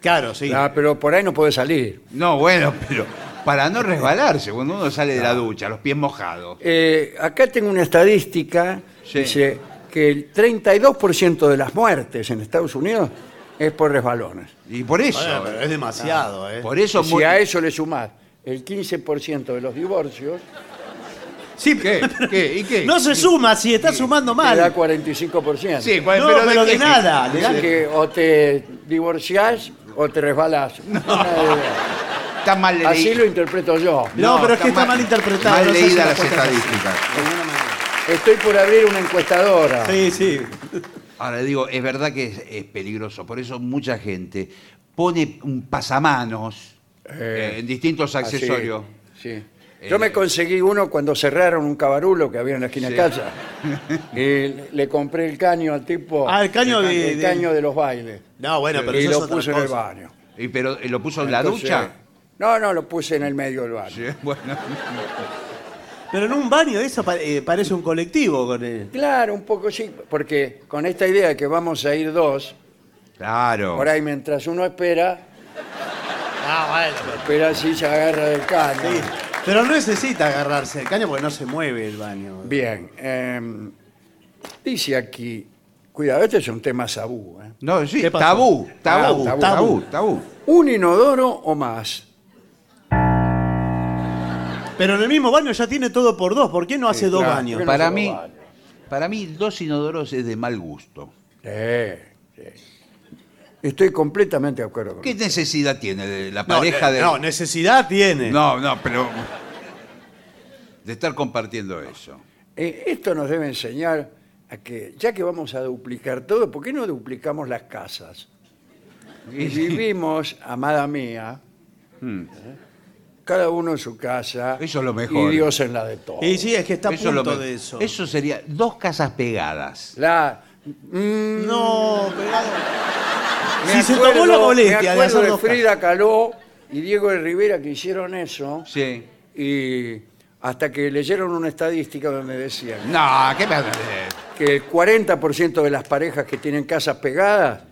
Speaker 2: Claro, sí.
Speaker 1: Ah, pero por ahí no puede salir.
Speaker 3: No, bueno, pero para no resbalarse cuando uno sale de
Speaker 2: Ah.
Speaker 3: la ducha, los pies mojados.
Speaker 1: Eh, acá tengo una estadística
Speaker 3: Sí.
Speaker 1: dice que el 32% de las muertes en Estados Unidos es por resbalones.
Speaker 3: Y por eso,
Speaker 2: Bueno, pero es demasiado, ¿eh?
Speaker 3: por eso...
Speaker 1: Si
Speaker 3: muy-
Speaker 1: a eso le sumás el 15% de los divorcios,
Speaker 2: Sí,
Speaker 3: ¿Qué? ¿Qué? ¿Y qué?
Speaker 2: No se suma, si está sumando
Speaker 1: te da
Speaker 2: mal.
Speaker 1: 45%.
Speaker 3: Sí,
Speaker 2: No,
Speaker 3: bueno,
Speaker 2: pero,
Speaker 3: qué?
Speaker 2: de nada. le da-
Speaker 1: Dice que o te divorciás o te resbalás.
Speaker 3: Está mal leída.
Speaker 1: Así lo interpreto yo.
Speaker 2: No, pero es que está mal interpretado,
Speaker 3: Mal
Speaker 2: no sé si
Speaker 3: leída
Speaker 2: la
Speaker 3: las
Speaker 2: cosa es así.
Speaker 3: estadísticas.
Speaker 1: Estoy por abrir una encuestadora.
Speaker 2: Sí, sí.
Speaker 3: Ahora digo, es verdad que es, es peligroso, por eso mucha gente pone un pasamanos
Speaker 1: Eh,
Speaker 3: eh, en distintos
Speaker 2: Ah,
Speaker 1: Así,
Speaker 3: accesorios.
Speaker 1: sí.
Speaker 3: Eh,
Speaker 1: Yo me conseguí uno cuando cerraron un cabarulo que había en la esquina de
Speaker 3: Sí.
Speaker 1: casa. Y le compré el caño al tipo.
Speaker 2: Ah, el caño de-
Speaker 1: el
Speaker 2: de-
Speaker 1: caño de los bailes.
Speaker 2: No, bueno, pero
Speaker 1: y
Speaker 2: eso
Speaker 1: lo
Speaker 2: es otra
Speaker 1: puse en el
Speaker 2: cosa.
Speaker 1: baño.
Speaker 3: Y pero eh, lo puso en la
Speaker 1: Entonces,
Speaker 3: ducha.
Speaker 1: No, no, lo puse en el medio del baño.
Speaker 3: Sí, bueno.
Speaker 2: Pero en un baño eso pa- eh, parece un colectivo con el...
Speaker 1: Claro, un poco sí, porque con esta idea de que vamos a ir dos,
Speaker 3: Claro.
Speaker 1: por ahí mientras uno espera,
Speaker 2: Ah, bueno.
Speaker 1: espera así se agarra del caño.
Speaker 2: Sí. Pero no necesita agarrarse el caño porque no se mueve el baño.
Speaker 1: Bien, em, dice aquí, cuidado, este es un tema sabú. ¿eh?
Speaker 3: No, sí,
Speaker 2: ¿Qué pasó? Ah,
Speaker 3: tabú, tabú,
Speaker 2: Tabú,
Speaker 3: tabú,
Speaker 2: tabú.
Speaker 3: tabú,
Speaker 1: Un inodoro o más.
Speaker 2: Pero en el mismo baño ya tiene todo por dos. ¿Por qué no hace dos
Speaker 1: claro.
Speaker 2: baños?
Speaker 1: Pero no
Speaker 3: Para
Speaker 1: solo
Speaker 3: mí,
Speaker 1: baño.
Speaker 3: para mí dos inodoros es de mal gusto.
Speaker 1: Sí, sí. Estoy completamente de acuerdo con
Speaker 3: ¿Qué
Speaker 1: usted.
Speaker 3: necesidad tiene de la
Speaker 2: No,
Speaker 3: pareja
Speaker 2: ne-
Speaker 3: de
Speaker 2: no, necesidad tiene.
Speaker 3: No, no, pero de estar compartiendo eso?
Speaker 1: Eh, esto nos debe enseñar a que, ya que vamos a duplicar todo, ¿por qué no duplicamos las casas? Y vivimos, amada mía,
Speaker 2: Hmm.
Speaker 1: ¿eh? cada uno en su casa.
Speaker 3: Eso es lo mejor.
Speaker 1: Y Dios en la de todos.
Speaker 2: Y sí, es que está a
Speaker 3: Eso es lo
Speaker 2: punto
Speaker 3: me-
Speaker 2: de eso.
Speaker 3: Eso sería dos casas pegadas.
Speaker 1: La, Mm,
Speaker 2: No, pegado.
Speaker 1: me
Speaker 2: Si se
Speaker 1: acuerdo-
Speaker 2: tomó la molestia de
Speaker 1: me acuerdo
Speaker 2: hacer
Speaker 1: de
Speaker 2: dos
Speaker 1: Frida Kahlo y Diego de Rivera que hicieron eso.
Speaker 3: Sí.
Speaker 1: Y hasta que leyeron una estadística donde decían
Speaker 3: No, ¿qué me
Speaker 1: que el 40% de las parejas que tienen casas pegadas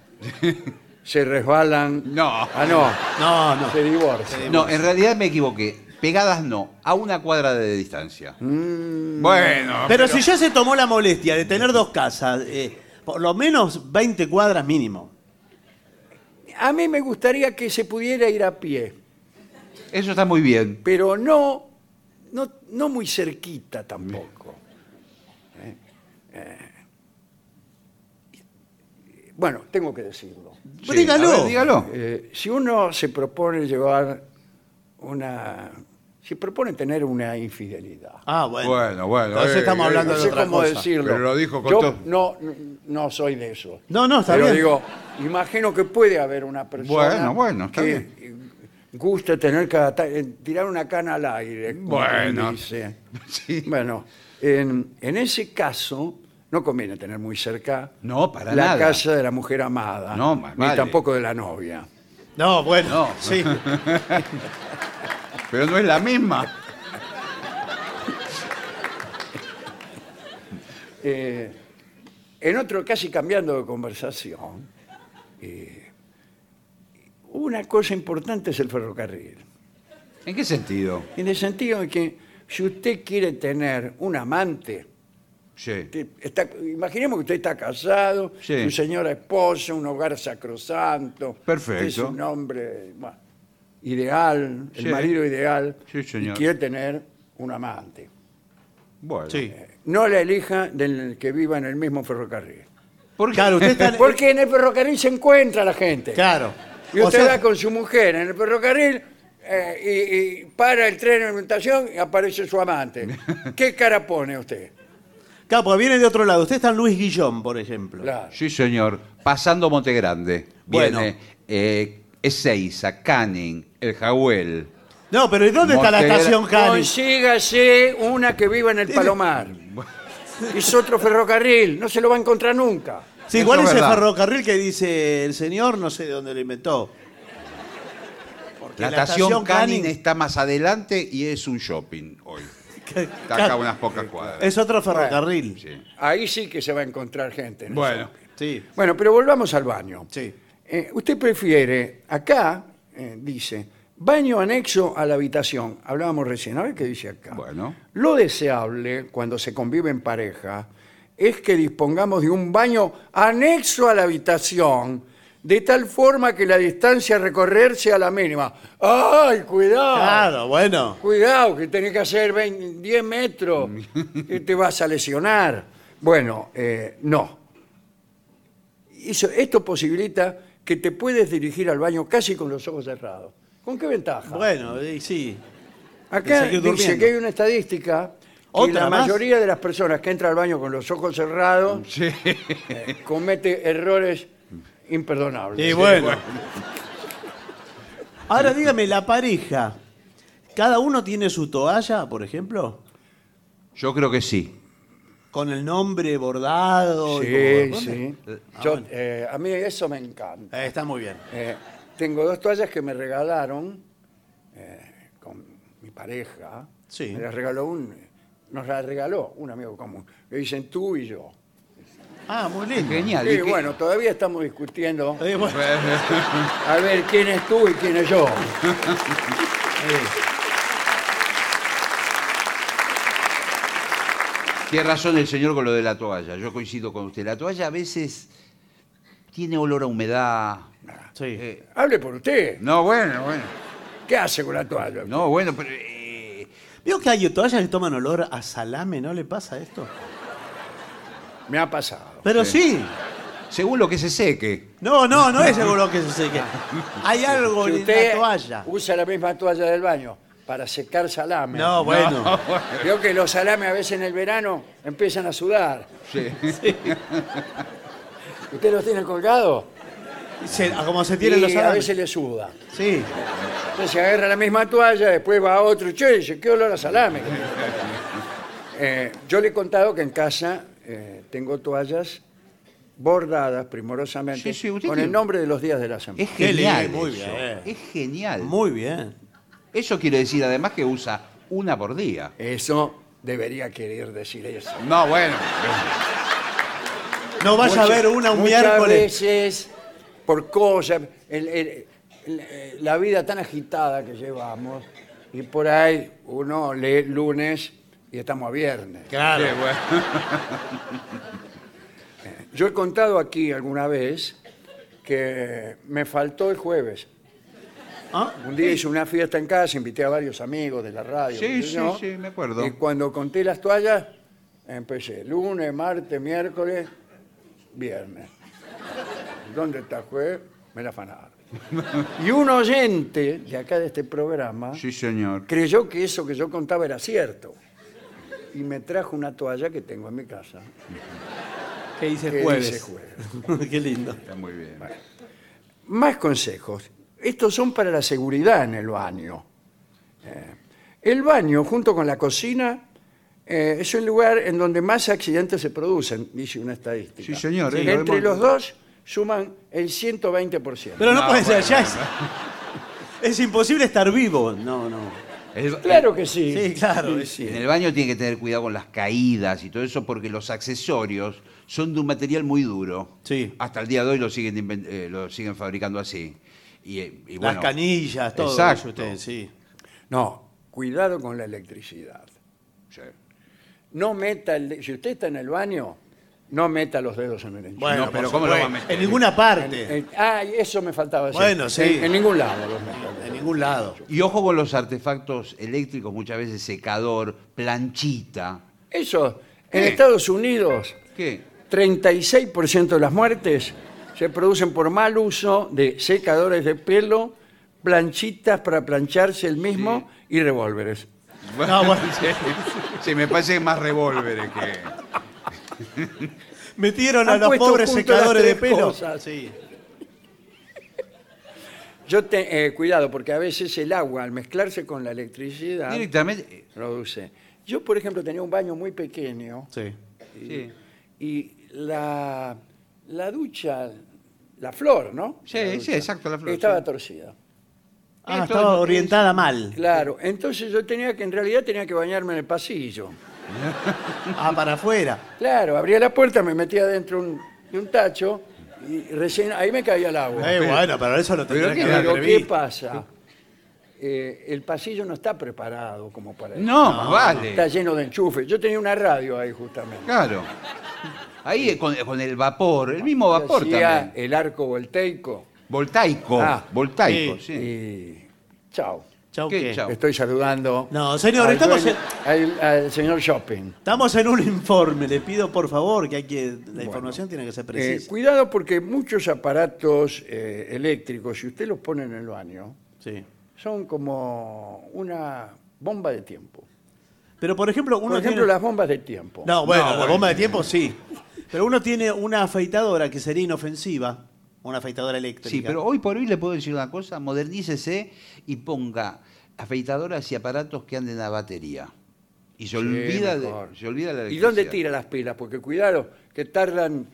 Speaker 1: se resbalan.
Speaker 3: No.
Speaker 1: Ah, no,
Speaker 2: No, no.
Speaker 1: se divorcian.
Speaker 3: No, en realidad me equivoqué. Pegadas no, a una cuadra de distancia.
Speaker 2: Mm.
Speaker 3: Bueno.
Speaker 2: Pero si ya se tomó la molestia de tener dos casas, eh, por lo menos 20 cuadras mínimo.
Speaker 1: A mí me gustaría que se pudiera ir a pie,
Speaker 3: Eso está muy bien.
Speaker 1: pero no, no, no muy cerquita tampoco. Eh, eh, bueno, tengo que decirlo.
Speaker 3: Sí,
Speaker 2: dígalo.
Speaker 3: a ver, dígalo.
Speaker 1: Eh, si uno se propone llevar una... Si propone tener una infidelidad.
Speaker 2: Ah, bueno.
Speaker 3: Bueno, bueno,
Speaker 2: Entonces
Speaker 3: eh,
Speaker 2: estamos
Speaker 3: eh,
Speaker 2: hablando
Speaker 1: No
Speaker 2: de
Speaker 1: sé
Speaker 2: otra
Speaker 1: cómo
Speaker 2: cosa.
Speaker 1: decirlo.
Speaker 3: Pero lo dijo con
Speaker 1: Yo
Speaker 3: todo.
Speaker 1: no, no soy de eso.
Speaker 2: No, no, está
Speaker 1: Pero
Speaker 2: bien.
Speaker 1: digo, imagino que puede haber una persona
Speaker 3: Bueno, bueno, está
Speaker 1: que
Speaker 3: bien.
Speaker 1: eh, gusta tener que atar- eh, tirar una cana al aire. como
Speaker 4: Bueno.
Speaker 1: dice.
Speaker 3: Sí.
Speaker 1: Bueno, en, en ese caso no conviene tener muy cerca
Speaker 3: No, para
Speaker 1: la
Speaker 3: nada.
Speaker 1: casa de la mujer amada,
Speaker 3: No, más
Speaker 1: ni
Speaker 3: vale.
Speaker 1: tampoco de la novia.
Speaker 2: No, bueno,
Speaker 3: No.
Speaker 2: sí.
Speaker 3: Pero no es la misma.
Speaker 1: Eh, en otro, casi cambiando de conversación, eh, una cosa importante es el ferrocarril.
Speaker 3: ¿En qué sentido?
Speaker 1: En el sentido de que si usted quiere tener un amante,
Speaker 3: Sí.
Speaker 1: que está- imaginemos que usted está casado,
Speaker 3: Sí.
Speaker 1: su señora esposa, un hogar sacrosanto,
Speaker 3: Perfecto.
Speaker 1: usted es un hombre bueno, ideal,
Speaker 3: Sí.
Speaker 1: el marido ideal,
Speaker 3: Sí, señor.
Speaker 1: y quiere tener un amante.
Speaker 3: Bueno.
Speaker 2: sí.
Speaker 1: No la elija del que viva en el mismo ferrocarril.
Speaker 3: ¿Por qué?
Speaker 2: Claro, usted está.
Speaker 1: Porque en el ferrocarril se encuentra la gente.
Speaker 2: Claro.
Speaker 1: Y
Speaker 2: O
Speaker 1: usted
Speaker 2: sea-
Speaker 1: va con su mujer en el ferrocarril eh, y, y para el tren en la estación y aparece su amante. ¿Qué cara pone usted?
Speaker 2: Claro, porque viene de otro lado. Usted está en Luis Guillón, por ejemplo.
Speaker 1: Claro.
Speaker 3: Sí, señor. Pasando Monte Grande.
Speaker 2: Bueno.
Speaker 3: Viene eh, Ezeiza, Canning, El Jagüel.
Speaker 2: No, pero ¿y dónde está la
Speaker 3: Montevideo-
Speaker 2: estación Cali?
Speaker 1: Consígase una que viva en el Palomar. Es otro ferrocarril, no se lo va a encontrar nunca.
Speaker 2: Sí, igual
Speaker 3: Eso es
Speaker 2: ese
Speaker 3: verdad.
Speaker 2: ferrocarril que dice el señor, no sé de dónde lo inventó. Porque
Speaker 3: La estación Canning
Speaker 2: Canning
Speaker 3: está más adelante y es un shopping hoy. Está acá a unas pocas cuadras.
Speaker 2: es otro ferrocarril.
Speaker 3: Sí.
Speaker 1: Ahí sí que se va a encontrar gente. ¿no?
Speaker 3: Bueno.
Speaker 2: Sí.
Speaker 1: Bueno, pero volvamos al baño.
Speaker 2: Sí.
Speaker 1: Eh, usted prefiere, acá eh, dice, baño anexo a la habitación. Hablábamos recién, a ver qué dice acá.
Speaker 3: Bueno.
Speaker 1: Lo deseable cuando se convive en pareja es que dispongamos de un baño anexo a la habitación, de tal forma que la distancia a recorrer sea la mínima. ¡Ay, cuidado!
Speaker 2: Claro, bueno.
Speaker 1: Cuidado, que tenés que hacer 20, 10 metros
Speaker 2: Mm.
Speaker 1: y te vas a lesionar. Bueno, eh, no. Eso- esto posibilita que te puedes dirigir al baño casi con los ojos cerrados. ¿Con qué
Speaker 3: Ah.
Speaker 1: ventaja?
Speaker 2: Bueno, y sí.
Speaker 1: Acá
Speaker 2: seguir
Speaker 1: dice
Speaker 2: durmiendo.
Speaker 1: que hay una estadística que
Speaker 2: ¿Otra
Speaker 1: la
Speaker 2: más? Mm,
Speaker 1: mayoría de las personas que entra al baño con los ojos cerrados eh, comete errores imperdonables.
Speaker 2: Y bueno. Ahora dígame, la pareja, ¿cada uno tiene su toalla, por ejemplo?
Speaker 3: Yo creo que sí.
Speaker 2: Con el nombre bordado. y
Speaker 1: Sí,
Speaker 2: como-
Speaker 1: sí.
Speaker 2: Ah,
Speaker 1: Yo,
Speaker 2: bueno.
Speaker 1: eh, a mí eso me encanta.
Speaker 2: Eh, está muy bien.
Speaker 1: Eh, tengo dos toallas que me regalaron eh, con mi pareja.
Speaker 2: Sí.
Speaker 1: Me las regaló un, nos las regaló un amigo común. Le dicen tú y yo.
Speaker 2: Ah, muy lindo.
Speaker 3: Genial.
Speaker 1: Y
Speaker 3: ¿Y qué-
Speaker 1: bueno, todavía estamos discutiendo
Speaker 2: Eh, bueno,
Speaker 1: a ver quién es tú y quién es yo.
Speaker 3: Tiene razón el señor con lo de la toalla. Yo coincido con usted. La toalla a veces tiene olor a humedad.
Speaker 2: sí.
Speaker 3: Eh,
Speaker 1: Hable por usted.
Speaker 3: no, bueno, bueno.
Speaker 1: ¿Qué hace con la toalla?
Speaker 3: No, bueno, pero. eh,
Speaker 2: Veo que hay toallas que toman olor a salame, ¿no le pasa esto?
Speaker 1: Me ha pasado.
Speaker 2: Pero sí.
Speaker 3: según lo que se seque.
Speaker 2: No, no, no es seguro que se seque. Hay algo
Speaker 1: Si
Speaker 2: en
Speaker 1: usted
Speaker 2: la toalla.
Speaker 1: usa la misma toalla del baño para secar salame.
Speaker 2: No, bueno.
Speaker 1: Veo que los salames a veces en el verano empiezan a sudar.
Speaker 3: Sí.
Speaker 1: ¿Usted los tiene colgados?
Speaker 2: Se- ah, como se tienen
Speaker 1: y
Speaker 2: los
Speaker 1: a
Speaker 2: salames.
Speaker 1: veces le suda.
Speaker 2: Sí.
Speaker 1: Entonces se agarra la misma toalla, después va a otro, che, dice, qué olor a salame. Eh, yo le he contado que en casa eh, tengo toallas bordadas primorosamente
Speaker 3: Sí, sí, usted
Speaker 1: con
Speaker 3: tiene-
Speaker 1: el nombre de los días de la semana.
Speaker 3: Es
Speaker 2: Qué
Speaker 3: genial.
Speaker 2: lindo, muy
Speaker 3: eso.
Speaker 2: bien. eh.
Speaker 3: Es genial.
Speaker 2: Muy bien.
Speaker 3: Eso quiere decir además que usa una por día.
Speaker 1: Eso debería querer decir eso.
Speaker 3: No, bueno.
Speaker 2: No vaya a
Speaker 1: Muchas-
Speaker 2: ver una un
Speaker 1: muchas
Speaker 2: miércoles.
Speaker 1: veces, por cosas, el- el- el- eh, la vida tan agitada que llevamos, y por ahí uno lee lunes y estamos a viernes.
Speaker 2: Claro.
Speaker 1: Yo he contado aquí alguna vez que me faltó el jueves.
Speaker 2: Ah,
Speaker 1: Un día hice una fiesta en casa, invité a varios amigos de la radio.
Speaker 3: Sí,
Speaker 1: qué sé
Speaker 3: sí,
Speaker 1: yo,
Speaker 3: sí, me acuerdo.
Speaker 1: Y cuando conté las toallas, empecé lunes, martes, miércoles, viernes. ¿Dónde está jueves? Me la afanaron. Y un oyente de acá de este programa
Speaker 3: Sí, señor.
Speaker 1: creyó que eso que yo contaba era cierto. Y me trajo una toalla que tengo en mi casa.
Speaker 2: ¿Qué dice
Speaker 1: que
Speaker 2: jueves?
Speaker 1: dice jueves.
Speaker 2: Qué lindo.
Speaker 3: Está muy bien.
Speaker 1: Más consejos. Estos son para la seguridad en el baño. Eh, el baño, junto con la cocina, eh, es el lugar en donde más accidentes se producen, dice una estadística.
Speaker 3: Sí, señor, eh, lo
Speaker 1: Entre
Speaker 3: hemos-
Speaker 1: los dos suman el 120%.
Speaker 2: Pero no,
Speaker 3: No,
Speaker 2: puede ser,
Speaker 3: bueno,
Speaker 2: ya es. Es imposible estar vivo. No, no.
Speaker 3: El-
Speaker 1: claro que sí.
Speaker 2: Sí, claro.
Speaker 1: Sí, sí.
Speaker 3: En el baño tiene que tener cuidado con las caídas y todo eso porque los accesorios son de un material muy duro.
Speaker 2: Sí.
Speaker 3: Hasta el día de hoy lo siguen, inven- eh, lo siguen fabricando así. Y, eh, y
Speaker 2: Las
Speaker 3: bueno,
Speaker 2: canillas, todo
Speaker 3: Exacto.
Speaker 2: eso usted, sí.
Speaker 1: No, cuidado con la electricidad.
Speaker 3: sí.
Speaker 1: No meta el de- si usted está en el baño, no meta los dedos en el enchufe.
Speaker 2: Bueno,
Speaker 3: No, pero
Speaker 2: por
Speaker 3: ¿cómo lo va a
Speaker 2: supuesto.
Speaker 3: meter?
Speaker 2: En ninguna parte.
Speaker 1: Eh, ah, y eso me faltaba decir.
Speaker 2: Bueno, sí.
Speaker 1: En, en ningún lado los meto.
Speaker 2: En ningún lado.
Speaker 3: Y ojo con los artefactos eléctricos, muchas veces secador, planchita.
Speaker 1: Eso, en
Speaker 3: ¿Qué?
Speaker 1: Estados Unidos,
Speaker 3: ¿Qué?
Speaker 1: 36% de las muertes se producen por mal uso de secadores de pelo, planchitas para plancharse el mismo y revólveres.
Speaker 2: No, bueno.
Speaker 3: se, se me parece más revólveres que...
Speaker 2: Metieron a
Speaker 1: Han
Speaker 2: los
Speaker 1: puesto
Speaker 2: pobres
Speaker 1: junto las
Speaker 2: secadores de
Speaker 1: tres
Speaker 2: pelo.
Speaker 1: cosas.
Speaker 2: Sí.
Speaker 1: Yo te, eh, cuidado, porque a veces el agua al mezclarse con la electricidad
Speaker 3: Directamente... eh,
Speaker 1: produce. Yo, por ejemplo, tenía un baño muy pequeño
Speaker 2: Sí.
Speaker 3: Sí,
Speaker 1: y la, la ducha, la flor, ¿no?
Speaker 3: Sí,
Speaker 1: La
Speaker 3: sí,
Speaker 1: ducha,
Speaker 3: exacto, la flor,
Speaker 1: Estaba
Speaker 3: sí.
Speaker 1: torcida.
Speaker 2: Ah,
Speaker 3: Esto
Speaker 2: estaba
Speaker 3: es-
Speaker 2: orientada mal.
Speaker 1: Claro, entonces yo tenía que, en realidad tenía que bañarme en el pasillo.
Speaker 2: Ah, para afuera.
Speaker 1: Claro, abría la puerta, me metía dentro un- de un tacho y recién ahí me caía el agua.
Speaker 2: Eh, bueno, pero eso lo tendría que
Speaker 3: qué-
Speaker 2: haber
Speaker 1: Pero ¿qué
Speaker 2: previsto.
Speaker 1: pasa? Eh, el pasillo no está preparado como para eso.
Speaker 3: No, más vale.
Speaker 1: Está lleno de enchufes. Yo tenía una radio ahí justamente.
Speaker 3: Claro. Ahí eh, con, con el vapor, el mismo
Speaker 1: Que
Speaker 3: vapor
Speaker 1: hacía
Speaker 3: también.
Speaker 1: el arco voltaico
Speaker 3: Voltaico,
Speaker 1: Ah,
Speaker 3: voltaico, sí.
Speaker 1: y chao.
Speaker 2: Chau,
Speaker 3: ¿Qué?
Speaker 2: ¿qué?
Speaker 3: Chau.
Speaker 1: Estoy saludando.
Speaker 2: No, señor,
Speaker 1: al
Speaker 2: estamos
Speaker 1: dueño- al- al señor Shopping.
Speaker 2: Estamos en un informe. Le pido por favor que hay que. La información tiene que ser
Speaker 1: Eh,
Speaker 2: precisa.
Speaker 1: cuidado porque muchos aparatos eh, eléctricos, si usted los pone en el baño,
Speaker 2: sí.
Speaker 1: son como una bomba de tiempo.
Speaker 2: Pero por ejemplo, uno
Speaker 1: Por ejemplo,
Speaker 2: tiene-
Speaker 1: las bombas de tiempo.
Speaker 2: No, bueno,
Speaker 3: No,
Speaker 2: la
Speaker 3: bueno.
Speaker 2: bomba de tiempo sí. Pero uno tiene una afeitadora que sería inofensiva, una afeitadora eléctrica.
Speaker 3: Sí, pero hoy por hoy le puedo decir una cosa, modernícese y ponga afeitadoras y aparatos que anden a batería. Y se olvida
Speaker 1: mejor.
Speaker 3: de se olvida la
Speaker 1: ¿Y dónde
Speaker 3: electricidad.
Speaker 1: tira las pilas? Porque cuidado, que tardan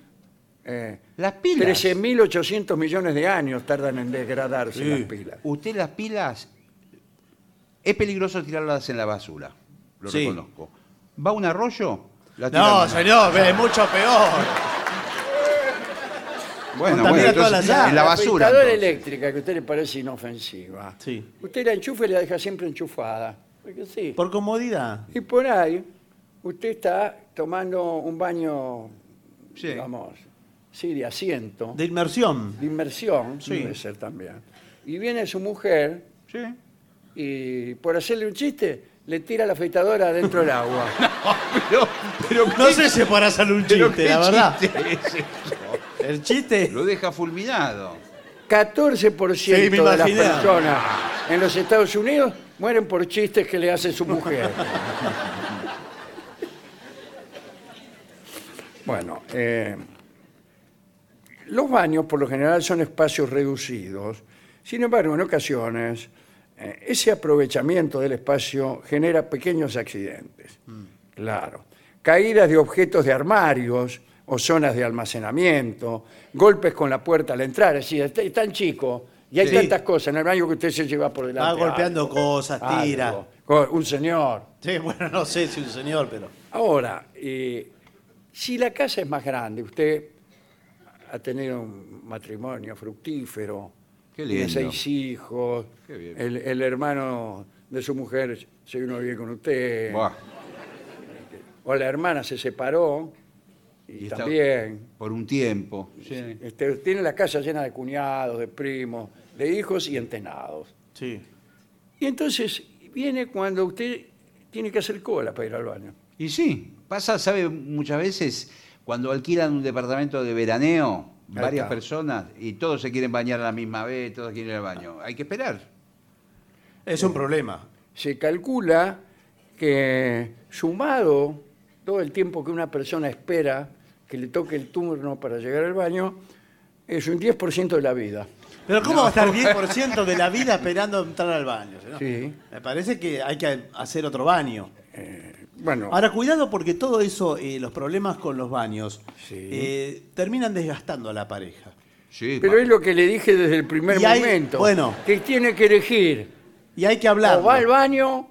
Speaker 1: eh,
Speaker 3: Las pilas.
Speaker 1: 13.800 millones de años tardan en degradarse las pilas.
Speaker 3: Usted las pilas es peligroso tirarlas en la basura. Lo
Speaker 2: Sí.
Speaker 3: reconozco. Va a un arroyo, la tira.
Speaker 2: No,
Speaker 3: en-
Speaker 2: señor, es mucho peor.
Speaker 3: bueno,
Speaker 2: contamina
Speaker 3: bueno,
Speaker 2: todas
Speaker 3: entonces,
Speaker 2: las llaves.
Speaker 3: en la basura.
Speaker 1: afeitadora
Speaker 3: entonces.
Speaker 1: eléctrica, que a usted le parece inofensiva.
Speaker 2: Sí.
Speaker 1: Usted la enchufa y la deja siempre enchufada. Porque sí.
Speaker 2: Por comodidad.
Speaker 1: Y por ahí, usted está tomando un baño,
Speaker 3: Sí.
Speaker 1: digamos, sí, de asiento, de,
Speaker 2: De inmersión.
Speaker 1: inmersión,
Speaker 2: Sí.
Speaker 1: debe ser también. Y viene su mujer
Speaker 3: Sí.
Speaker 1: y por hacerle un chiste, le tira la afeitadora dentro del agua.
Speaker 3: Pero, pero
Speaker 2: No sé si para hacer un
Speaker 3: pero
Speaker 2: chiste,
Speaker 3: qué
Speaker 2: la verdad.
Speaker 3: chiste es eso.
Speaker 2: El chiste.
Speaker 3: Lo deja fulminado.
Speaker 1: 14%
Speaker 2: Sí, me
Speaker 1: de las
Speaker 2: imaginé.
Speaker 1: personas en los Estados Unidos mueren por chistes que le hace su mujer. bueno, eh, los baños por lo general son espacios reducidos. Sin embargo, en ocasiones, eh, ese aprovechamiento del espacio genera pequeños accidentes.
Speaker 2: Mm.
Speaker 1: Claro. Caídas de objetos de armarios o zonas de almacenamiento, golpes con la puerta al entrar. Es decir, es es tan chico y hay
Speaker 3: Sí.
Speaker 1: tantas cosas en el baño que usted se lleva por
Speaker 2: Va
Speaker 1: delante.
Speaker 2: golpeando
Speaker 1: algo,
Speaker 2: cosas, tira.
Speaker 1: algo, co- Un señor.
Speaker 2: Sí, bueno, no sé si un señor, pero.
Speaker 1: Ahora, eh, si la casa es más grande, usted ha tenido un matrimonio fructífero,
Speaker 3: Qué
Speaker 1: tiene
Speaker 3: lindo.
Speaker 1: seis hijos,
Speaker 3: Qué bien.
Speaker 1: el, el hermano de su mujer se vino a vivir con usted,
Speaker 3: Buah.
Speaker 1: o la hermana se separó y,
Speaker 3: Y está-
Speaker 1: también
Speaker 3: Por un tiempo. Sí.
Speaker 1: este, tiene la casa llena de cuñados, de primos, de hijos y entenados.
Speaker 2: Sí.
Speaker 1: Y entonces viene cuando usted tiene que hacer cola para ir al baño.
Speaker 3: Y sí, pasa, sabe, muchas veces cuando alquilan un departamento de veraneo, varias
Speaker 1: está.
Speaker 3: personas, y todos se quieren bañar a la misma vez, todos quieren ir al baño. Hay que esperar.
Speaker 2: Es un problema.
Speaker 1: se calcula que sumado todo el tiempo que una persona espera que le toque el turno para llegar al baño, es un 10% de la vida.
Speaker 2: Pero ¿cómo va a estar 10% de la vida esperando entrar al baño? señor?
Speaker 1: Sí.
Speaker 2: Me parece que hay que hacer otro baño.
Speaker 1: Bueno,
Speaker 2: Ahora, cuidado porque todo eso, eh, los problemas con los baños,
Speaker 1: Sí.
Speaker 2: eh, terminan desgastando a la pareja.
Speaker 3: Sí,
Speaker 1: pero
Speaker 3: pa-
Speaker 1: es lo que le dije desde el primer
Speaker 2: Y hay-
Speaker 1: momento.
Speaker 2: bueno.
Speaker 1: Que tiene que elegir.
Speaker 2: Y hay que hablar.
Speaker 1: O va al baño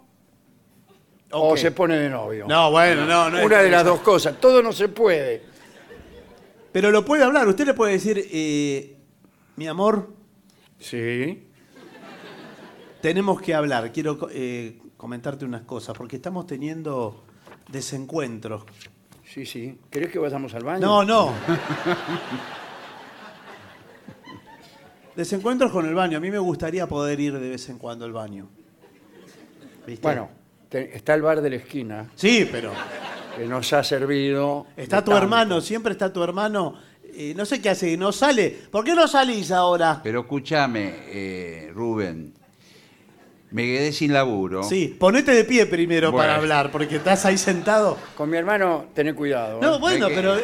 Speaker 1: o se pone de novio.
Speaker 2: No, bueno, no, no. es-
Speaker 1: Una de las dos cosas. Todo no se puede.
Speaker 2: Pero lo puede hablar. Usted le puede decir, eh, mi amor,
Speaker 1: Sí.
Speaker 2: tenemos que hablar. Quiero co- eh, comentarte unas cosas porque estamos teniendo desencuentros.
Speaker 1: Sí, sí. ¿Querés que vayamos al baño?
Speaker 2: No, no. Desencuentros con el baño. A mí me gustaría poder ir de vez en cuando al baño. ¿Viste?
Speaker 1: Bueno, te- está el bar de la esquina
Speaker 2: Sí, pero
Speaker 1: que nos ha servido.
Speaker 2: está
Speaker 1: de
Speaker 2: tu
Speaker 1: tanto.
Speaker 2: hermano, siempre está tu hermano. Eh, no sé qué hace, no sale. ¿Por qué no salís ahora?
Speaker 3: pero escúchame, eh, Rubén. Me quedé sin laburo.
Speaker 2: Sí, ponete de pie primero
Speaker 3: Bueno.
Speaker 2: para hablar, porque estás ahí sentado.
Speaker 1: Con mi hermano, tené cuidado. ¿eh?
Speaker 2: No, bueno,
Speaker 3: que-
Speaker 2: pero eh,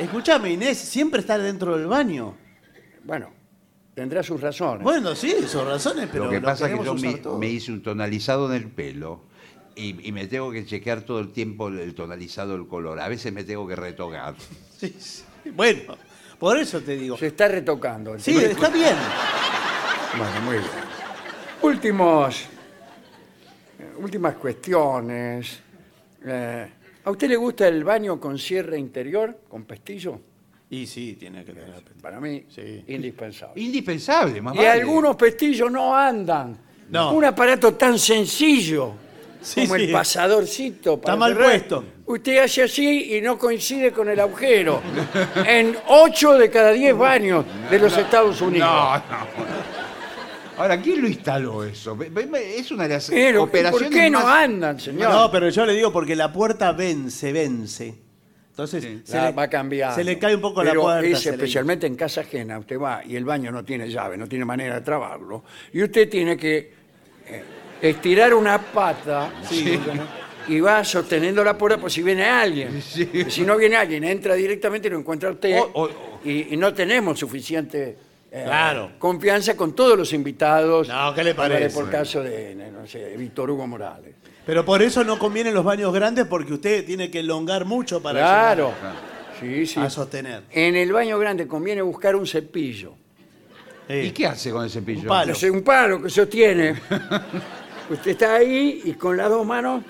Speaker 2: escúchame, Inés, siempre está dentro del baño.
Speaker 1: Bueno, tendrá sus razones.
Speaker 2: Bueno, sí, sus razones, pero
Speaker 3: lo que
Speaker 2: lo
Speaker 3: pasa es que yo
Speaker 2: queremos usar
Speaker 3: me,
Speaker 2: todo.
Speaker 3: me hice un tonalizado en el pelo y, y me tengo que chequear todo el tiempo el, el tonalizado, el color. A veces me tengo que retocar.
Speaker 2: Sí, sí. Bueno, por eso te digo.
Speaker 1: Se está retocando. el
Speaker 2: Sí,
Speaker 1: tema.
Speaker 2: está bien.
Speaker 1: Bueno, muy bien. Últimos, eh, últimas cuestiones. Eh, ¿A usted le gusta el baño con cierre interior, con pestillo?
Speaker 2: Y sí, tiene que tener
Speaker 1: Para mí,
Speaker 2: Sí.
Speaker 1: indispensable.
Speaker 3: Indispensable, más
Speaker 1: Y
Speaker 3: vale.
Speaker 1: algunos pestillos no andan.
Speaker 2: No.
Speaker 1: Un aparato tan sencillo
Speaker 2: Sí,
Speaker 1: como el
Speaker 2: sí.
Speaker 1: pasadorcito. para
Speaker 2: Está mal
Speaker 1: cerrar.
Speaker 2: puesto.
Speaker 1: Usted hace así y no coincide con el agujero. en 8 de cada 10 baños de los Estados Unidos.
Speaker 3: No, no. Ahora, ¿quién lo instaló eso? Ve- ve- ve- Es una de las
Speaker 1: Pero,
Speaker 3: operaciones
Speaker 1: ¿por qué no
Speaker 3: más-
Speaker 1: andan, señor?
Speaker 2: No, pero yo le digo porque la puerta vence, vence. Entonces, se
Speaker 1: La
Speaker 2: le,
Speaker 1: va cambiando.
Speaker 2: Se le cae un poco la
Speaker 1: Pero
Speaker 2: puerta.
Speaker 1: es
Speaker 2: se le-
Speaker 1: especialmente en casa ajena, usted va y el baño no tiene llave, no tiene manera de trabarlo, y usted tiene que eh, estirar una pata y va sosteniendo la puerta por si viene alguien. Si no viene alguien, entra directamente y lo encuentra usted,
Speaker 3: O- o-
Speaker 1: Y, y no tenemos suficiente eh,
Speaker 2: Claro.
Speaker 1: confianza con todos los invitados.
Speaker 2: No, ¿qué le
Speaker 1: Póngale
Speaker 2: parece?
Speaker 1: Por caso de, no sé, Víctor Hugo Morales.
Speaker 2: Pero por eso no convienen los baños grandes porque usted tiene que elongar mucho para
Speaker 1: Claro.
Speaker 2: llegar Ah,
Speaker 1: Sí, sí.
Speaker 2: a sostener.
Speaker 1: En el baño grande conviene buscar un cepillo.
Speaker 3: ¿Y qué hace con el cepillo?
Speaker 2: Un palo.
Speaker 1: No sé, un palo que sostiene. Usted está ahí y con las dos manos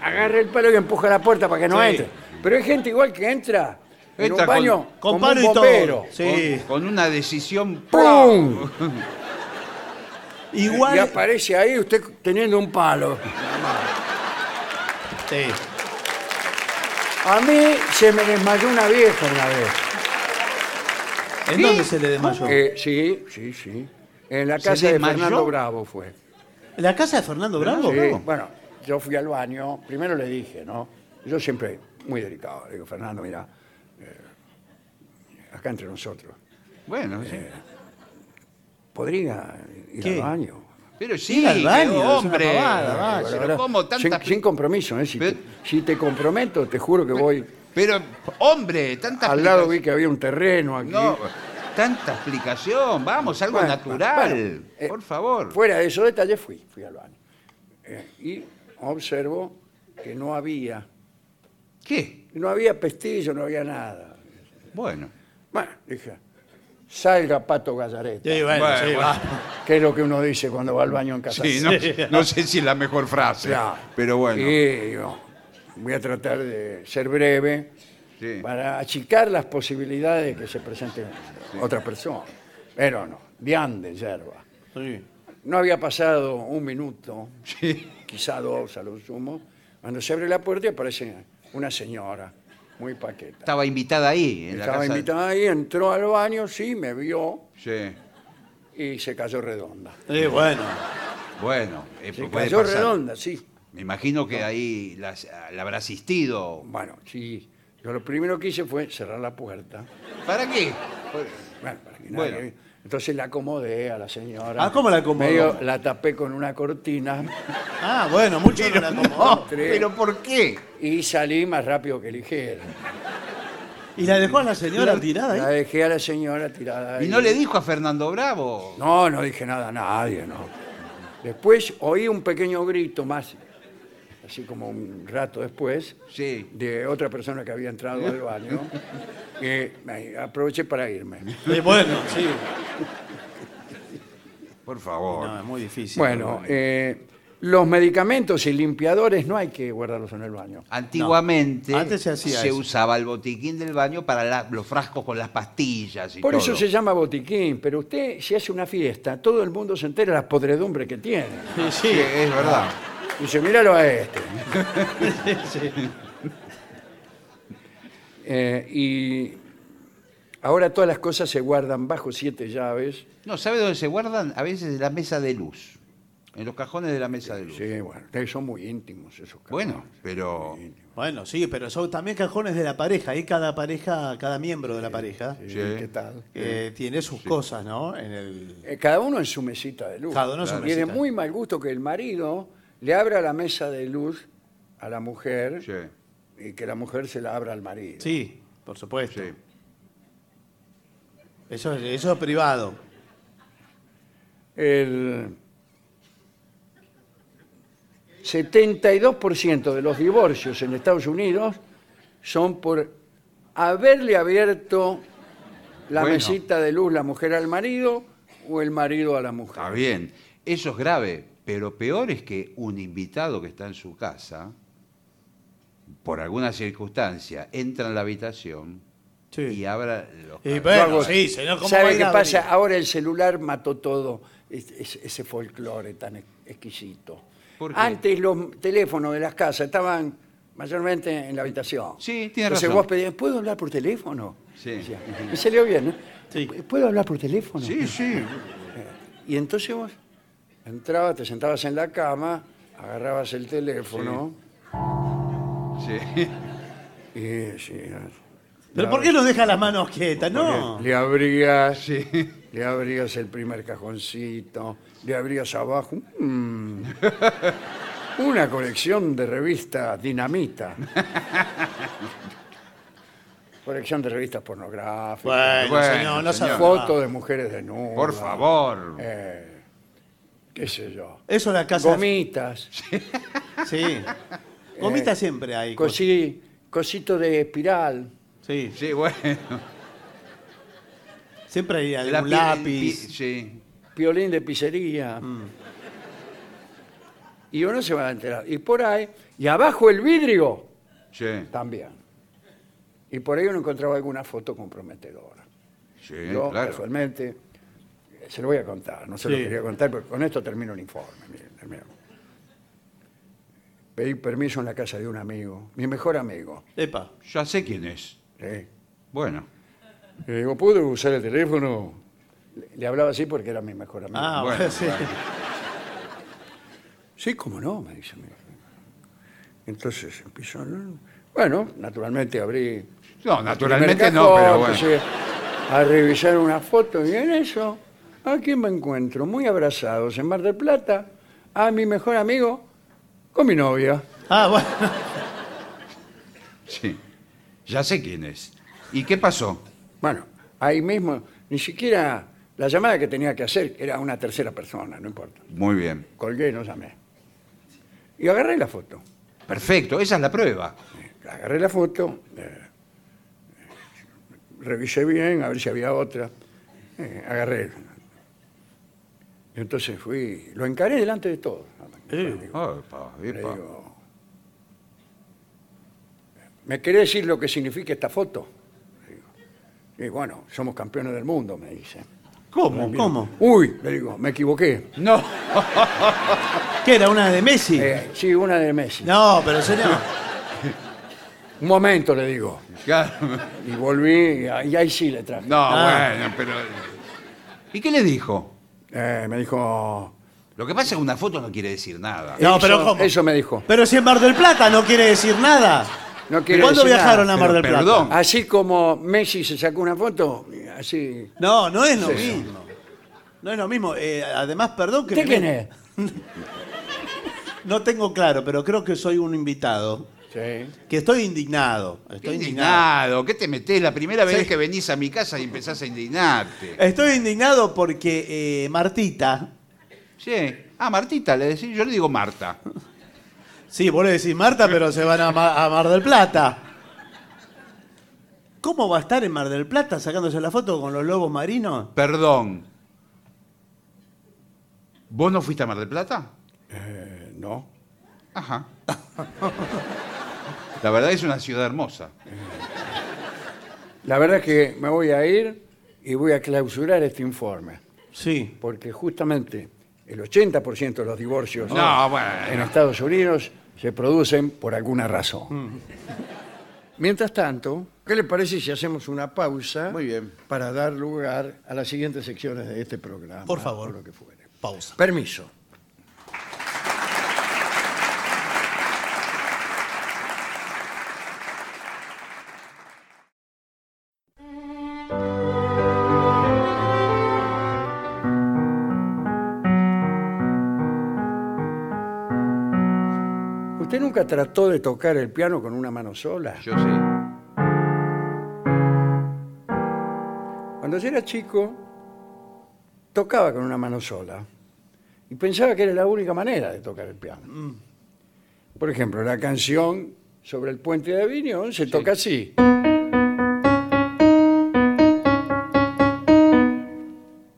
Speaker 1: agarra el palo y empuja la puerta para que no
Speaker 2: Sí.
Speaker 1: entre. Pero hay gente igual que entra en
Speaker 3: Entra
Speaker 1: un baño
Speaker 3: con-
Speaker 2: con
Speaker 1: como
Speaker 2: palo y
Speaker 1: un
Speaker 2: todo.
Speaker 1: bombero.
Speaker 2: Sí.
Speaker 3: Con, con una decisión.
Speaker 1: ¡Pum! Y
Speaker 2: Igual.
Speaker 1: aparece ahí usted teniendo un palo.
Speaker 2: Sí.
Speaker 1: A mí se me desmayó una vieja una vez.
Speaker 2: ¿En dónde se le desmayó?
Speaker 1: Eh, sí, sí, sí. En la
Speaker 3: ¿Se
Speaker 1: casa de
Speaker 3: desmayó?
Speaker 1: Fernando Bravo fue.
Speaker 2: ¿La casa de Fernando Bravo?
Speaker 1: Sí, Bueno, yo fui al baño, primero le dije, ¿no? Yo siempre, muy delicado, le digo, Fernando, mira, eh, acá entre nosotros,
Speaker 3: Bueno, sí.
Speaker 1: ¿podría ir
Speaker 2: ¿Qué?
Speaker 1: al baño?
Speaker 3: Pero sí,
Speaker 2: Ir al baño,
Speaker 3: pero,
Speaker 2: es una
Speaker 3: hombre.
Speaker 2: pavada, vaya.
Speaker 3: pero
Speaker 1: La verdad,
Speaker 3: ¿cómo
Speaker 1: sin,
Speaker 3: tantas
Speaker 1: sin compromiso, ¿eh? Si,
Speaker 3: Pero-
Speaker 1: te, si te comprometo, te juro que voy.
Speaker 3: Pero, hombre, tanta
Speaker 1: Al lado vi
Speaker 3: explicación.
Speaker 1: que había un terreno aquí.
Speaker 3: No, tanta explicación, vamos, algo
Speaker 1: Bueno,
Speaker 3: natural.
Speaker 1: bueno, eh,
Speaker 3: por favor.
Speaker 1: Fuera de esos detalles fui, fui al baño. Eh, y observo que no había,
Speaker 3: ¿Qué?
Speaker 1: no había pestillo, no había nada.
Speaker 3: Bueno.
Speaker 1: Bueno, dije, salga Pato Gallareta.
Speaker 2: Sí, bueno,
Speaker 3: Bueno,
Speaker 2: sí,
Speaker 3: bueno.
Speaker 2: va.
Speaker 1: que es lo que uno dice cuando va al baño en casa.
Speaker 3: Sí, no, no sé si es la mejor frase.
Speaker 1: Claro.
Speaker 3: Pero bueno.
Speaker 1: Y yo voy a tratar de ser breve
Speaker 3: Sí.
Speaker 1: para achicar las posibilidades de que se presente otra persona. Pero no, de yerba.
Speaker 2: Sí.
Speaker 1: No había pasado un minuto,
Speaker 3: Sí.
Speaker 1: quizá dos a lo sumo, cuando se abre la puerta y aparece una señora, muy paqueta.
Speaker 3: Estaba invitada ahí, en
Speaker 1: Estaba
Speaker 3: la casa.
Speaker 1: invitada ahí, entró al baño, sí, me vio
Speaker 3: Sí.
Speaker 1: y se cayó redonda.
Speaker 2: Sí, bueno.
Speaker 3: Bueno, eh,
Speaker 1: Se
Speaker 3: puede
Speaker 1: cayó
Speaker 3: pasar.
Speaker 1: redonda, sí.
Speaker 3: Me imagino que ahí las- la habrá asistido.
Speaker 1: Bueno, sí. Yo lo primero que hice fue cerrar la puerta.
Speaker 3: ¿Para qué?
Speaker 1: Bueno, para que
Speaker 3: Bueno.
Speaker 1: nadie- Entonces la acomodé a la señora.
Speaker 2: Ah, ¿cómo la acomodó?
Speaker 1: Medio la tapé con una cortina
Speaker 2: Ah, bueno, mucho no la acomodó.
Speaker 3: ¿Pero por qué?
Speaker 1: y salí más rápido que ligera.
Speaker 2: Y la dejó a la señora tirada
Speaker 1: La
Speaker 2: ahí.
Speaker 1: dejé a la señora tirada
Speaker 3: Y
Speaker 1: ahí.
Speaker 3: no le dijo a Fernando Bravo.
Speaker 1: No, no dije nada a nadie, no. Después oí un pequeño grito más, así como un rato después,
Speaker 3: Sí.
Speaker 1: de otra persona que había entrado al baño. Y ahí, aproveché para irme.
Speaker 2: Eh, bueno, sí.
Speaker 3: Por favor.
Speaker 2: No, es muy difícil.
Speaker 1: Bueno, eh, los medicamentos y limpiadores no hay que guardarlos en el baño.
Speaker 3: Antiguamente
Speaker 2: No. Antes se hacía eso.
Speaker 3: usaba el botiquín del baño para la- los frascos con las pastillas y
Speaker 1: Por eso
Speaker 3: todo.
Speaker 1: se llama botiquín, pero usted si hace una fiesta, todo el mundo se entera de las podredumbres que tiene.
Speaker 2: Sí, sí.
Speaker 3: Sí, es verdad.
Speaker 1: Dice, míralo a este. Eh, y ahora todas las cosas se guardan bajo siete llaves.
Speaker 3: No, ¿sabe dónde se guardan? A veces en la mesa de luz. En los cajones de la mesa de luz.
Speaker 1: Sí, bueno, ustedes son muy íntimos esos casos.
Speaker 3: Bueno, pero
Speaker 2: Bueno, sí, pero son también cajones de la pareja. Ahí cada pareja, cada miembro de la pareja
Speaker 1: Sí,
Speaker 3: sí.
Speaker 1: ¿Qué tal?
Speaker 2: eh, tiene sus cosas, ¿no? En el.
Speaker 1: Eh, Cada uno en su mesita de luz.
Speaker 2: Cada uno en su
Speaker 1: Y es de
Speaker 2: mesita.
Speaker 1: muy mal gusto que el marido le abra la mesa de luz a la mujer
Speaker 3: sí,
Speaker 1: y que la mujer se la abra al marido.
Speaker 2: Sí, por supuesto.
Speaker 3: sí.
Speaker 2: Eso, es- eso es privado.
Speaker 1: El 72% de los divorcios en Estados Unidos son por haberle abierto la
Speaker 3: Bueno.
Speaker 1: mesita de luz la mujer al marido o el marido a la
Speaker 3: Está
Speaker 1: mujer.
Speaker 3: bien. Eso es grave, pero peor es que un invitado que está en su casa, por alguna circunstancia, entra en la habitación
Speaker 2: Sí.
Speaker 3: y abra los
Speaker 2: Y
Speaker 3: cajones.
Speaker 2: bueno, sí, señor, ¿cómo va a
Speaker 1: ¿Sabe
Speaker 2: ir
Speaker 1: qué
Speaker 2: a
Speaker 1: pasa?
Speaker 2: abrir?
Speaker 1: Ahora el celular mató todo es- es- ese folclore tan ex- exquisito.
Speaker 3: ¿Por qué?
Speaker 1: Antes los teléfonos de las casas estaban mayormente en la habitación.
Speaker 3: Sí, tiene
Speaker 1: Entonces
Speaker 3: razón.
Speaker 1: vos pedías, ¿puedo hablar por teléfono?
Speaker 3: Sí.
Speaker 1: Decía, Me salió bien, ¿no?
Speaker 2: Sí.
Speaker 1: ¿Puedo hablar por teléfono?
Speaker 3: Sí, sí.
Speaker 1: Y entonces vos entrabas, te sentabas en la cama, agarrabas el teléfono
Speaker 3: sí.
Speaker 1: y sí,
Speaker 2: ¿Pero por qué no deja las manos quietas? No.
Speaker 1: le abrías,
Speaker 3: Sí.
Speaker 1: le abrías el primer cajoncito, le abrías abajo. mm, una colección de revistas dinamita. colección de revistas pornográficas.
Speaker 2: Bueno,
Speaker 3: Bueno,
Speaker 2: señor, no
Speaker 3: señor.
Speaker 2: sabe.
Speaker 1: fotos de mujeres desnudas.
Speaker 3: Por favor.
Speaker 1: eh, qué sé yo.
Speaker 2: Eso es la casa.
Speaker 1: Gomitas.
Speaker 2: Sí. Gomita
Speaker 1: Eh,
Speaker 2: siempre hay. cosas.
Speaker 1: Cosí, cosito de espiral.
Speaker 2: Sí.
Speaker 3: Sí, bueno.
Speaker 2: Siempre hay algún
Speaker 3: La pi-
Speaker 2: lápiz.
Speaker 3: pi- sí.
Speaker 1: piolín de pizzería.
Speaker 3: Mm.
Speaker 1: Y uno se va a enterar. Y por ahí, y abajo el vidrio
Speaker 3: Sí.
Speaker 1: también. Y por ahí uno encontraba alguna foto comprometedora.
Speaker 3: Sí,
Speaker 1: Yo,
Speaker 3: claro.
Speaker 1: casualmente, eh, se lo voy a contar, no se lo
Speaker 2: Sí.
Speaker 1: quería contar, porque con esto termino el informe. miren, termino. Pedí permiso en la casa de un amigo, mi mejor amigo.
Speaker 2: Epa.
Speaker 3: Ya sé quién es.
Speaker 1: ¿sí?
Speaker 3: Bueno.
Speaker 1: Le digo, ¿puedo usar el teléfono? Le- Le hablaba así porque era mi mejor amigo.
Speaker 2: Ah,
Speaker 3: Bueno,
Speaker 2: bueno, sí.
Speaker 3: bueno.
Speaker 1: Sí, cómo no, me dice mi Entonces empiezo a hablar. Bueno, naturalmente abrí. el
Speaker 3: No, naturalmente
Speaker 1: primer
Speaker 3: no, pero
Speaker 1: cajón,
Speaker 3: bueno.
Speaker 1: empecé A revisar una foto y en eso, ¿a quién me encuentro? Muy abrazados en Mar del Plata, a mi mejor amigo con mi novia.
Speaker 2: Ah, bueno.
Speaker 3: Sí. Ya sé quién es. ¿Y qué pasó?
Speaker 1: Bueno, ahí mismo, ni siquiera la llamada que tenía que hacer era a una tercera persona, no importa.
Speaker 3: Muy bien.
Speaker 1: Colgué y no llamé. Y agarré la foto.
Speaker 3: Perfecto, esa es la prueba.
Speaker 1: Agarré la foto, eh, revisé bien, a ver si había otra. eh, agarré. Y entonces fui, lo encaré delante de todos.
Speaker 3: Opa,
Speaker 1: Le
Speaker 3: epa.
Speaker 1: digo, ¿me querés decir lo que significa esta foto? Le digo. Y bueno, somos campeones del mundo, me dice.
Speaker 2: ¿Cómo? ¿Cómo?
Speaker 1: Uy, le digo, me equivoqué.
Speaker 3: No.
Speaker 2: ¿Qué era una de Messi?
Speaker 1: Eh, sí, una de Messi.
Speaker 2: No, pero señor.
Speaker 1: Un momento, le digo.
Speaker 3: Claro.
Speaker 1: Y volví, y ahí y ahí sí le traje.
Speaker 3: No,
Speaker 2: Ah.
Speaker 3: bueno, pero. ¿Y qué le dijo?
Speaker 1: Eh, me dijo,
Speaker 3: Lo que pasa es que una foto no quiere decir nada.
Speaker 2: No,
Speaker 1: Eso-
Speaker 2: pero ¿cómo?
Speaker 1: eso me dijo.
Speaker 2: Pero si en Mar del Plata no quiere decir nada.
Speaker 1: No quiere
Speaker 2: ¿Cuándo
Speaker 1: decir
Speaker 2: viajaron
Speaker 1: nada,
Speaker 2: a Mar
Speaker 3: pero
Speaker 2: del Plata?
Speaker 3: perdón.
Speaker 1: Así como Messi se sacó una foto, así.
Speaker 2: No, no es lo mismo. No es lo mismo. Eh, además, perdón que.
Speaker 1: ¿Usted
Speaker 2: me-
Speaker 1: quién es?
Speaker 2: No tengo claro, pero creo que soy un invitado.
Speaker 1: Sí.
Speaker 2: Que estoy indignado. Estoy indignado.
Speaker 3: indignado. ¿Qué te metés? La primera vez
Speaker 2: Sí.
Speaker 3: que venís a mi casa y empezás a indignarte.
Speaker 2: Estoy indignado porque eh, Martita.
Speaker 3: Sí. Ah, Martita, le decís, yo le digo Marta.
Speaker 2: Sí, vos le decís Marta, pero se van a, Ma- a Mar del Plata. ¿Cómo va a estar en Mar del Plata sacándose la foto con los lobos marinos?
Speaker 3: Perdón. ¿Vos no fuiste a Mar del Plata?
Speaker 1: Eh, no.
Speaker 3: Ajá. La verdad es una ciudad hermosa.
Speaker 1: La verdad es que me voy a ir y voy a clausurar este informe,
Speaker 2: Sí.
Speaker 1: porque justamente el 80% de los divorcios
Speaker 3: No,
Speaker 1: en
Speaker 3: bueno.
Speaker 1: Estados Unidos se producen por alguna
Speaker 2: Mm.
Speaker 1: razón. Mientras tanto, ¿qué le parece si hacemos una pausa
Speaker 3: Muy bien.
Speaker 1: para dar lugar a las siguientes secciones de este programa?
Speaker 2: Por favor.
Speaker 1: o lo que fuere.
Speaker 2: Pausa.
Speaker 1: Permiso. ¿Usted nunca trató de tocar el piano con una mano sola?
Speaker 3: Yo sí.
Speaker 1: Cuando yo era chico, tocaba con una mano sola y pensaba que era la única manera de tocar el piano.
Speaker 3: Mm.
Speaker 1: Por ejemplo, la canción sobre el puente de Aviñón se toca así.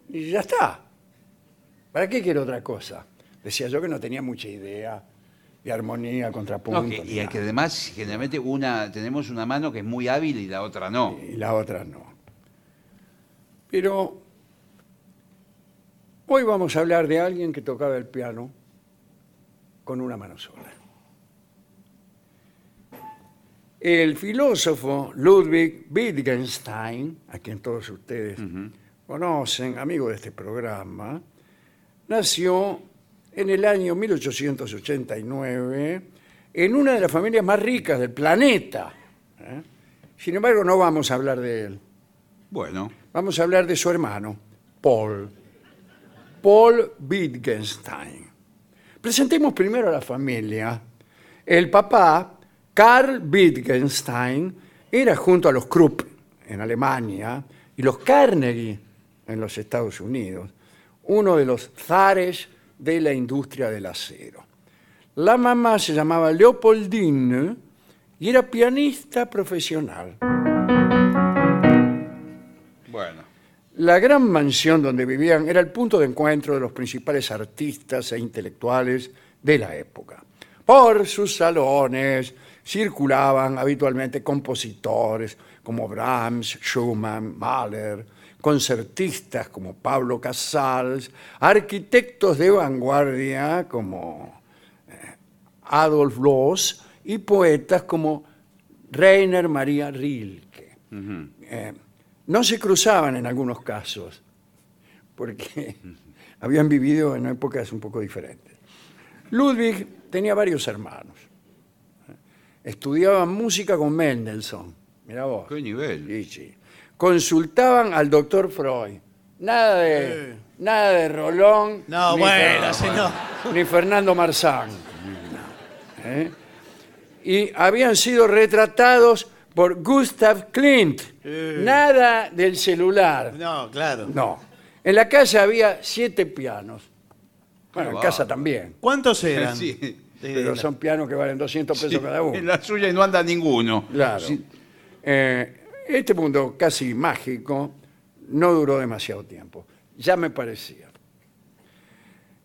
Speaker 1: Y ya está. ¿Para qué quiero otra cosa? Decía yo que no tenía mucha idea de armonía, contrapunto.
Speaker 3: No, que-
Speaker 1: ni
Speaker 3: y es
Speaker 1: nada.
Speaker 3: que además, generalmente, una, tenemos una mano que es muy hábil y la otra no.
Speaker 1: y la otra no. Pero hoy vamos a hablar de alguien que tocaba el piano con una mano sola. El filósofo Ludwig Wittgenstein, a quien todos ustedes conocen, amigo de este programa, nació en el año 1889 en una de las familias más ricas del planeta. ¿eh? Sin embargo, no vamos a hablar de él.
Speaker 3: Bueno,
Speaker 1: Vamos a hablar de su hermano, Paul. Paul Wittgenstein. Presentemos primero a la familia. El papá, Karl Wittgenstein, era junto a los Krupp en Alemania y los Carnegie en los Estados Unidos, uno de los zares de la industria del acero. La mamá se llamaba Leopoldine y era pianista profesional.
Speaker 3: bueno.
Speaker 1: La gran mansión donde vivían era el punto de encuentro de los principales artistas e intelectuales de la época. Por sus salones circulaban habitualmente compositores como Brahms, Schumann, Mahler, concertistas como Pablo Casals, arquitectos de vanguardia como eh, Adolf Loos y poetas como Rainer María Rilke Eh, no se cruzaban en algunos casos, porque habían vivido en épocas un poco diferentes. Ludwig tenía varios hermanos. Estudiaban música con Mendelssohn. Mirá vos.
Speaker 3: Qué nivel.
Speaker 1: Sí, sí. Consultaban al doctor Freud. Nada de, nada de Rolón.
Speaker 2: No,
Speaker 1: ni
Speaker 2: bueno,
Speaker 1: Fer-
Speaker 2: señor.
Speaker 1: Ni Fernando Marzán. ¿Eh? Y habían sido retratados por Gustav Klimt.
Speaker 2: Eh.
Speaker 1: Nada del celular.
Speaker 2: No, claro.
Speaker 1: No. En la casa había siete pianos. Bueno, en
Speaker 3: Qué
Speaker 1: casa
Speaker 3: bárbaro.
Speaker 1: también.
Speaker 2: ¿Cuántos eran? Eh,
Speaker 3: Sí.
Speaker 2: De-
Speaker 1: Pero son pianos que valen 200 pesos cada uno.
Speaker 3: En la suya no anda ninguno.
Speaker 1: Claro.
Speaker 3: Sí.
Speaker 1: Eh, este mundo casi mágico no duró demasiado tiempo. Ya me parecía.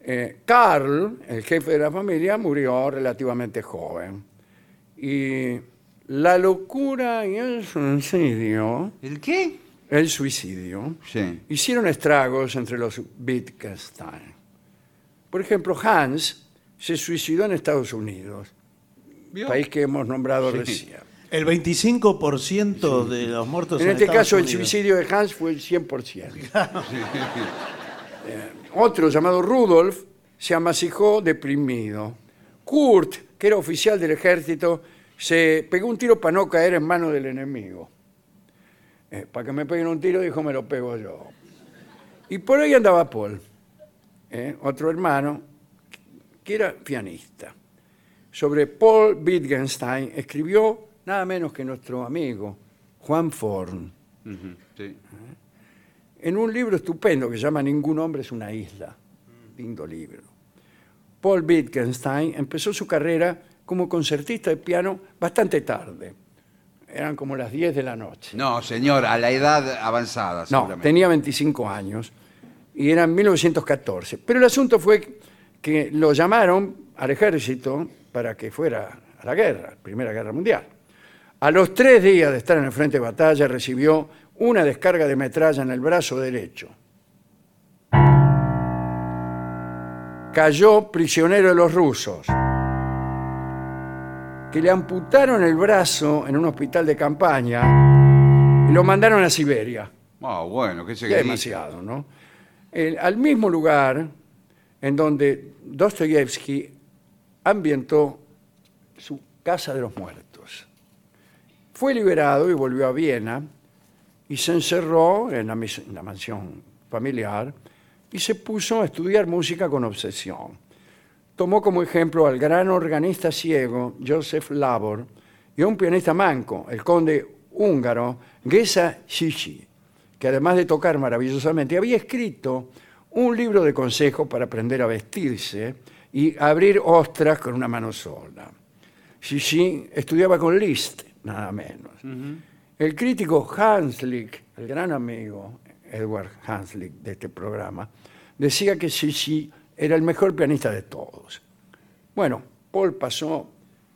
Speaker 1: Eh, Carl, el jefe de la familia, murió relativamente joven. Y la locura y el suicidio,
Speaker 3: ¿El qué?
Speaker 1: el suicidio,
Speaker 3: Sí.
Speaker 1: hicieron estragos entre los Wittgenstein. Por ejemplo, Hans se suicidó en Estados Unidos,
Speaker 3: ¿Vio?
Speaker 1: país que hemos nombrado
Speaker 3: Sí.
Speaker 1: recién.
Speaker 2: El 25% de los muertos
Speaker 1: En
Speaker 2: en
Speaker 1: este
Speaker 2: Estados
Speaker 1: caso, el
Speaker 2: Unidos.
Speaker 1: suicidio de Hans fue el 100%. Eh, Otro llamado Rudolf se amasijó deprimido. Kurt, que era oficial del ejército, se pegó un tiro para no caer en manos del enemigo. Eh, para que me peguen un tiro, dijo, me lo pego yo. Y por ahí andaba Paul, eh, otro hermano, que era pianista. sobre Paul Wittgenstein escribió nada menos que nuestro amigo Juan Forn,
Speaker 3: Ujú, sí.
Speaker 1: en un libro estupendo que se llama Ningún hombre es una isla. Lindo libro. Paul Wittgenstein empezó su carrera como concertista de piano bastante tarde. Eran como las 10 de la noche.
Speaker 3: No, señor, a la edad avanzada,
Speaker 1: No,
Speaker 3: seguramente.
Speaker 1: tenía 25 años y era en 1914. Pero el asunto fue que lo llamaron al ejército para que fuera a la guerra, Primera Guerra Mundial. A los tres días de estar en el frente de batalla recibió una descarga de metralla en el brazo derecho. Cayó prisionero de los rusos, que le amputaron el brazo en un hospital de campaña y lo mandaron a Siberia.
Speaker 3: Ah, bueno, qué se
Speaker 1: Ya
Speaker 3: quería.
Speaker 1: demasiado, ¿no? El- al mismo lugar en donde Dostoyevsky ambientó su Casa de los Muertos. Fue liberado y volvió a Viena y se encerró en la, mis- en la mansión familiar y se puso a estudiar música con obsesión. Tomó como ejemplo al gran organista ciego Joseph Labor y a un pianista manco, el conde húngaro Gesa Shishi, que además de tocar maravillosamente, había escrito un libro de consejos para aprender a vestirse y abrir ostras con una mano sola. Shishi estudiaba con Liszt, nada menos. El crítico Hanslick, el gran amigo Edward Hanslick de este programa, decía que Sisi era el mejor pianista de todos. Bueno, Paul pasó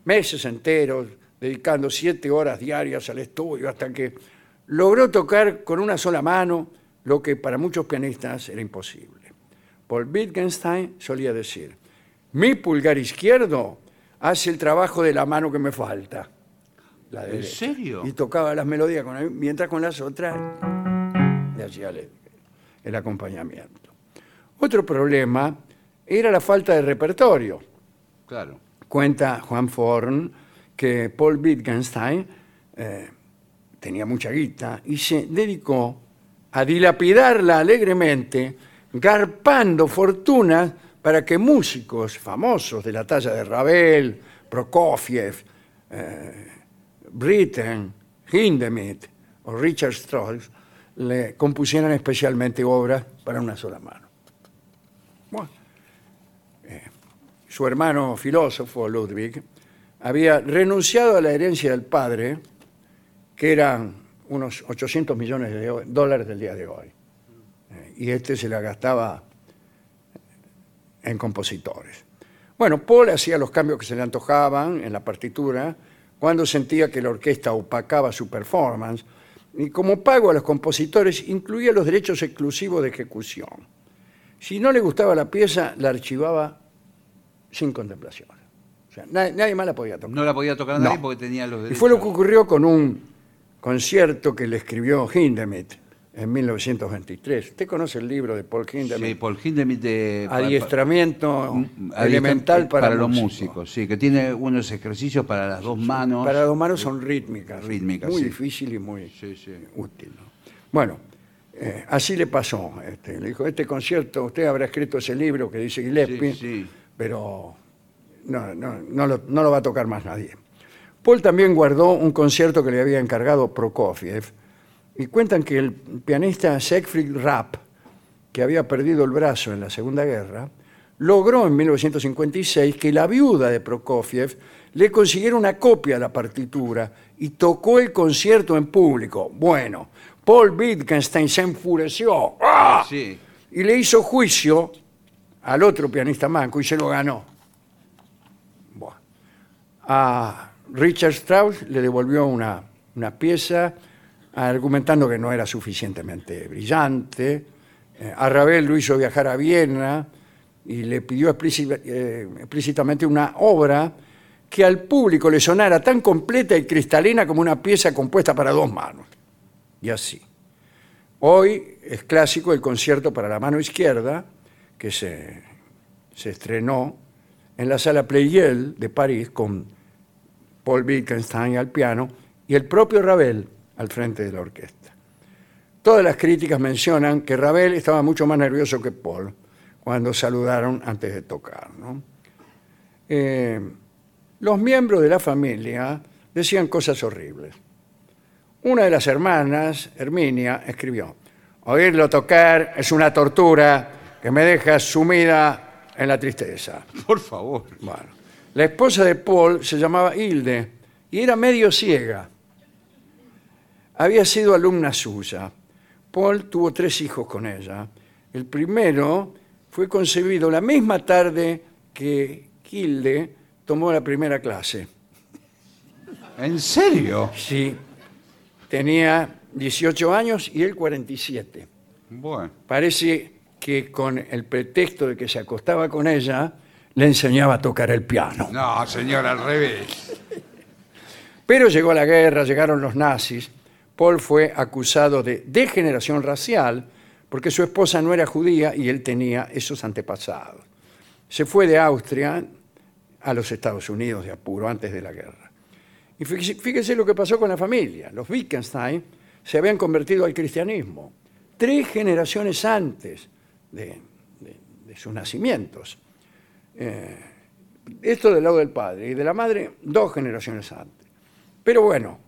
Speaker 1: meses enteros dedicando siete horas diarias al estudio hasta que logró tocar con una sola mano lo que para muchos pianistas era imposible. Paul Wittgenstein solía decir, mi pulgar izquierdo hace el trabajo de la mano que me falta. La
Speaker 3: ¿En
Speaker 1: derecha".
Speaker 3: serio?
Speaker 1: Y tocaba las melodías con la- mientras con las otras le hacía el, el acompañamiento. Otro problema era la falta de repertorio.
Speaker 3: Claro.
Speaker 1: Cuenta Juan Forn que Paul Wittgenstein eh, tenía mucha guita y se dedicó a dilapidarla alegremente, garpando fortunas para que músicos famosos de la talla de Ravel, Prokofiev, eh, Britten, Hindemith o Richard Strauss le compusieran especialmente obras para una sola mano. Bueno, su hermano filósofo Ludwig había renunciado a la herencia del padre, que eran unos 800 millones de do- dólares del día de hoy. Eh, Y este se la gastaba en compositores. Bueno, Paul hacía los cambios que se le antojaban en la partitura cuando sentía que la orquesta opacaba su performance y como pago a los compositores incluía los derechos exclusivos de ejecución. Si no le gustaba la pieza, la archivaba sin contemplación. O sea, na- nadie más la podía tocar.
Speaker 3: No la podía tocar nadie
Speaker 1: No.
Speaker 3: porque tenía los
Speaker 1: Y
Speaker 3: derechos.
Speaker 1: fue lo que ocurrió con un concierto que le escribió Hindemith en 1923. Usted conoce el libro de Paul Hindemith,
Speaker 3: Sí, Paul Hindemith de...
Speaker 1: Adiestramiento
Speaker 3: Adiestra-
Speaker 1: Elemental para,
Speaker 3: los músicos, sí, que tiene unos ejercicios para las dos manos.
Speaker 1: Para los manos son rítmicas.
Speaker 3: Rítmicas,
Speaker 1: Muy
Speaker 3: sí.
Speaker 1: difícil y muy
Speaker 3: Sí, sí.
Speaker 1: útil. ¿no? Bueno, eh, así le pasó. Este, le dijo, este concierto, usted habrá escrito ese libro que dice Gillespie,
Speaker 3: Sí, sí.
Speaker 1: pero no, no- no lo, no lo va a tocar más nadie. Paul también guardó un concierto que le había encargado Prokofiev y cuentan que el pianista Siegfried Rapp, que había perdido el brazo en la Segunda Guerra, logró en 1956 que la viuda de Prokofiev le consiguiera una copia de la partitura y tocó el concierto en público. Bueno, Paul Wittgenstein se enfureció ¡Ah!
Speaker 3: Sí.
Speaker 1: y le hizo juicio al otro pianista manco y se lo ganó. Buah. A Richard Strauss le devolvió una, una pieza argumentando que no era suficientemente brillante. Eh, a Ravel lo hizo viajar a Viena y le pidió explíci- eh, explícitamente una obra que al público le sonara tan completa y cristalina como una pieza compuesta para dos manos. Y así. Hoy es clásico el concierto para la mano izquierda, que se, se estrenó en la sala Pleyel de París con Paul Wittgenstein al piano y el propio Ravel al frente de la orquesta. Todas las críticas mencionan que Ravel estaba mucho más nervioso que Paul cuando saludaron antes de tocar. ¿no? Eh, los miembros de la familia decían cosas horribles. Una de las hermanas, Herminia, escribió, oírlo tocar es una tortura que me deja sumida en la tristeza.
Speaker 3: Por favor.
Speaker 1: Bueno, la esposa de Paul se llamaba Hilde y era medio ciega. Había sido alumna suya. Paul tuvo tres hijos con ella. El primero fue concebido la misma tarde que Hilde tomó la primera clase.
Speaker 3: ¿En serio?
Speaker 1: Sí, tenía 18 años y él 47.
Speaker 3: Bueno.
Speaker 1: Parece que con el pretexto de que se acostaba con ella, le enseñaba a tocar el piano.
Speaker 3: No, señor, al revés.
Speaker 1: Pero llegó la guerra, llegaron los nazis. Paul fue acusado de degeneración racial porque su esposa no era judía y él tenía esos antepasados. Se fue de Austria a los Estados Unidos de apuro antes de la guerra. Y fíjese, fíjese lo que pasó con la familia. Los Wittgenstein se habían convertido al cristianismo tres generaciones antes de, de- de sus nacimientos. Eh, esto del lado del padre y de la madre dos generaciones antes. Pero bueno,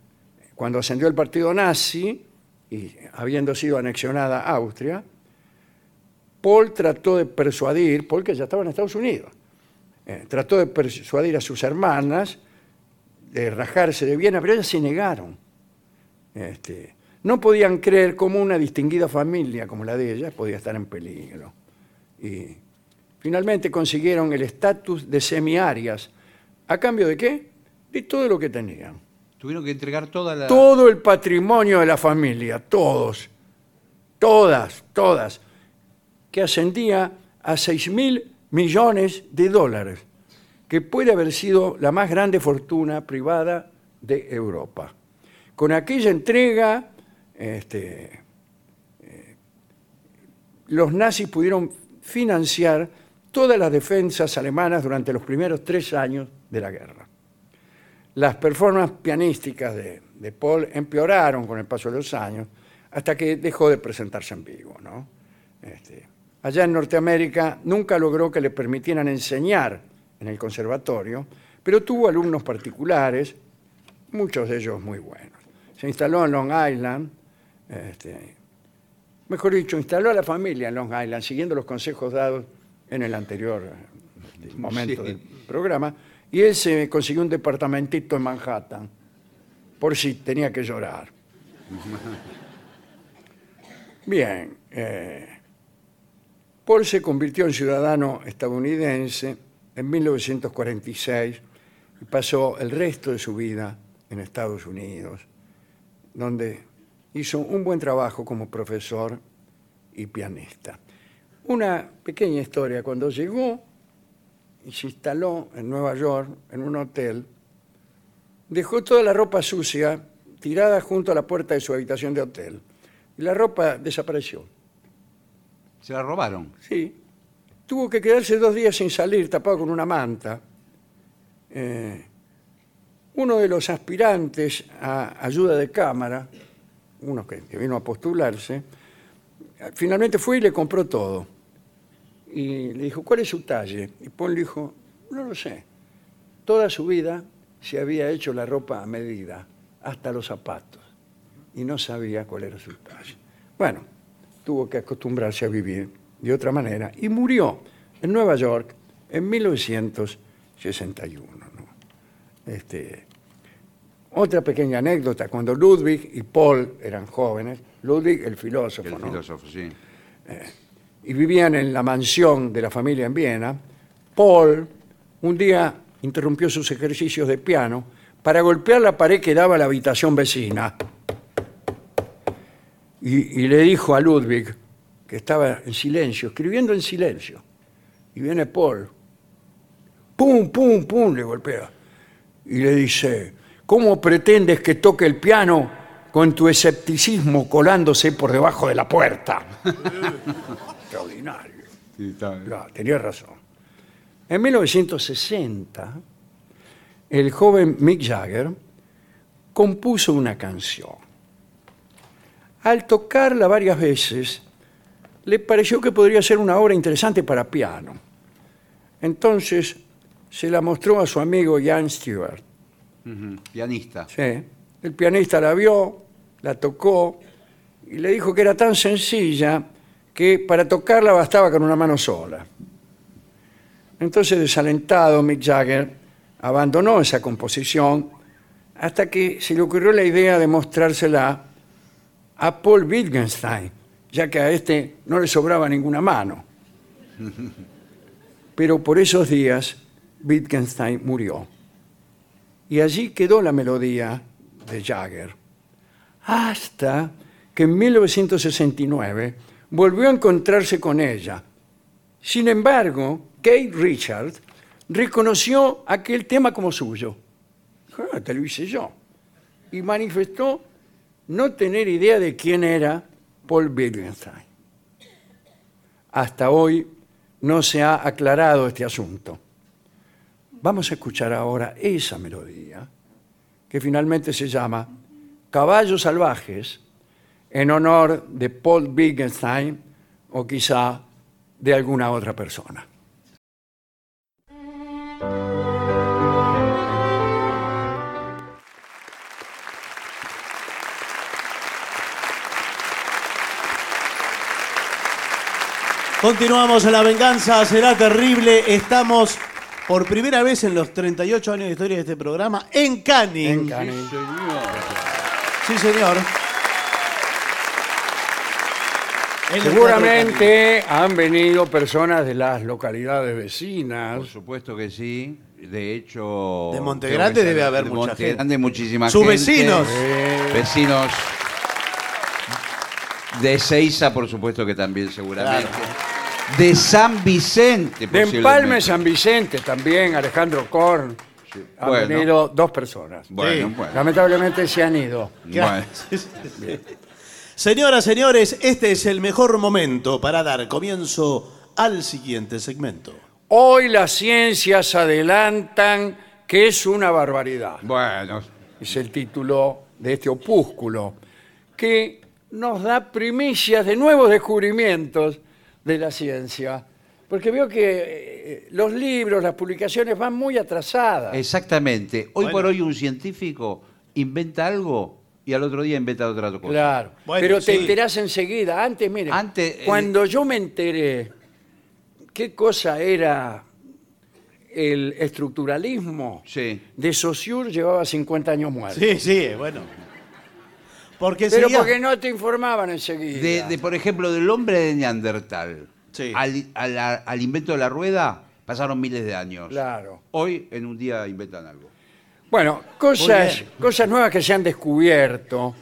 Speaker 1: cuando ascendió el partido nazi y habiendo sido anexionada Austria, Paul trató de persuadir, Paul que ya estaba en Estados Unidos, eh, trató de persuadir a sus hermanas de rajarse de Viena, pero ellas se negaron. Este, no podían creer cómo una distinguida familia como la de ellas podía estar en peligro. Y finalmente consiguieron el estatus de semiarias. ¿A cambio de qué? De todo lo que tenían.
Speaker 3: Tuvieron que entregar toda la.
Speaker 1: Todo el patrimonio de la familia, todos, todas, todas, que ascendía a 6 mil millones de dólares, que puede haber sido la más grande fortuna privada de Europa. Con aquella entrega, este, eh, los nazis pudieron financiar todas las defensas alemanas durante los primeros tres años de la guerra las performances pianísticas de, de Paul empeoraron con el paso de los años hasta que dejó de presentarse en vivo. ¿no? Este, allá en Norteamérica nunca logró que le permitieran enseñar en el conservatorio, pero tuvo alumnos particulares, muchos de ellos muy buenos. Se instaló en Long Island, este, mejor dicho, instaló a la familia en Long Island, siguiendo los consejos dados en el anterior este, momento
Speaker 3: Sí.
Speaker 1: del programa, y él se consiguió un departamentito en Manhattan, por si tenía que llorar. Bien, eh, Paul se convirtió en ciudadano estadounidense en 1946 y pasó el resto de su vida en Estados Unidos, donde hizo un buen trabajo como profesor y pianista. Una pequeña historia, cuando llegó y se instaló en Nueva York, en un hotel, dejó toda la ropa sucia tirada junto a la puerta de su habitación de hotel. Y la ropa desapareció.
Speaker 3: Se la robaron.
Speaker 1: Sí. Tuvo que quedarse dos días sin salir, tapado con una manta. Eh, uno de los aspirantes a ayuda de cámara, uno que, que vino a postularse, finalmente fue y le compró todo. Y le dijo, ¿cuál es su talle? Y Paul le dijo, no lo sé. Toda su vida se había hecho la ropa a medida, hasta los zapatos, y no sabía cuál era su talle. Bueno, tuvo que acostumbrarse a vivir de otra manera y murió en Nueva York en 1961. ¿no? Este, otra pequeña anécdota, cuando Ludwig y Paul eran jóvenes, Ludwig el filósofo,
Speaker 3: El
Speaker 1: ¿no?
Speaker 3: filósofo, sí.
Speaker 1: y vivían en la mansión de la familia en Viena, Paul un día interrumpió sus ejercicios de piano para golpear la pared que daba a la habitación vecina. Y, y le dijo a Ludwig, que estaba en silencio, escribiendo en silencio, y viene Paul, pum, pum, pum, le golpea, y le dice, ¿cómo pretendes que toque el piano con tu escepticismo colándose por debajo de la puerta? Extraordinario.
Speaker 3: Sí, está-
Speaker 1: Claro, tenía razón. En 1960, el joven Mick Jagger compuso una canción. Al tocarla varias veces, le pareció que podría ser una obra interesante para piano. Entonces se la mostró a su amigo Jan Stewart.
Speaker 3: Ujú, Pianista.
Speaker 1: Sí. El pianista la vio, la tocó y le dijo que era tan sencilla que para tocarla bastaba con una mano sola. Entonces, desalentado, Mick Jagger abandonó esa composición hasta que se le ocurrió la idea de mostrársela a Paul Wittgenstein, ya que a este no le sobraba ninguna mano. Pero por esos días, Wittgenstein murió. Y allí quedó la melodía de Jagger. Hasta que en 1969 volvió a encontrarse con ella. Sin embargo, Kate Richard reconoció aquel tema como suyo. Dijo, "Ah, te lo hice yo. Y manifestó no tener idea de quién era Paul Wittgenstein. Hasta hoy no se ha aclarado este asunto. Vamos a escuchar ahora esa melodía que finalmente se llama Caballos Salvajes en honor de Paul Wittgenstein o quizá de alguna otra persona.
Speaker 2: Continuamos en La Venganza Será Terrible. Estamos por primera vez en los 38 años de historia de este programa en Canning.
Speaker 1: En Canning.
Speaker 2: Sí, señor. En el Teatro
Speaker 1: Seguramente han venido personas de las localidades vecinas.
Speaker 3: Por supuesto que sí. De hecho.
Speaker 2: De Montegrande
Speaker 3: creo que
Speaker 2: debe
Speaker 3: sale-
Speaker 2: haber
Speaker 3: de
Speaker 2: mucha
Speaker 3: Montegrande
Speaker 2: gente.
Speaker 3: muchísima
Speaker 2: Sus
Speaker 3: gente.
Speaker 2: vecinos.
Speaker 3: Eh, Vecinos. De Seiza, por supuesto que también, seguramente. De San Vicente,
Speaker 1: De
Speaker 3: posiblemente.
Speaker 1: Empalme San Vicente también, Alejandro Korn. Han
Speaker 3: Bueno.
Speaker 1: venido dos personas.
Speaker 3: Bueno,
Speaker 2: Sí.
Speaker 3: bueno.
Speaker 1: Lamentablemente se han ido.
Speaker 3: bueno.
Speaker 2: Canning. Señoras, señores, este es el mejor momento para dar comienzo al siguiente segmento.
Speaker 1: Hoy las ciencias adelantan que es una barbaridad.
Speaker 3: Bueno,
Speaker 1: Es el título de este opúsculo que nos da primicias de nuevos descubrimientos de la ciencia. Porque veo que eh, los libros, las publicaciones van muy atrasadas.
Speaker 3: exactamente. Hoy
Speaker 2: Bueno.
Speaker 3: por hoy un científico inventa algo y al otro día inventa otra cosa.
Speaker 1: Claro.
Speaker 2: Bueno,
Speaker 1: Pero te
Speaker 2: sí.
Speaker 1: enterás enseguida. Antes, mire,
Speaker 3: Antes, eh,
Speaker 1: cuando yo me enteré qué cosa era el estructuralismo,
Speaker 3: Sí.
Speaker 1: de Saussure llevaba 50 años muerto.
Speaker 2: Sí, sí, bueno. Porque
Speaker 1: Pero
Speaker 2: sería-
Speaker 1: porque no te informaban enseguida.
Speaker 3: De, de, por ejemplo, del hombre de Neandertal
Speaker 2: Sí.
Speaker 3: al, a la- al invento de la rueda pasaron miles de años.
Speaker 1: Claro.
Speaker 3: Hoy, en un día, inventan algo.
Speaker 1: Bueno, cosas,
Speaker 2: Muy bien.
Speaker 1: cosas nuevas que se han descubierto.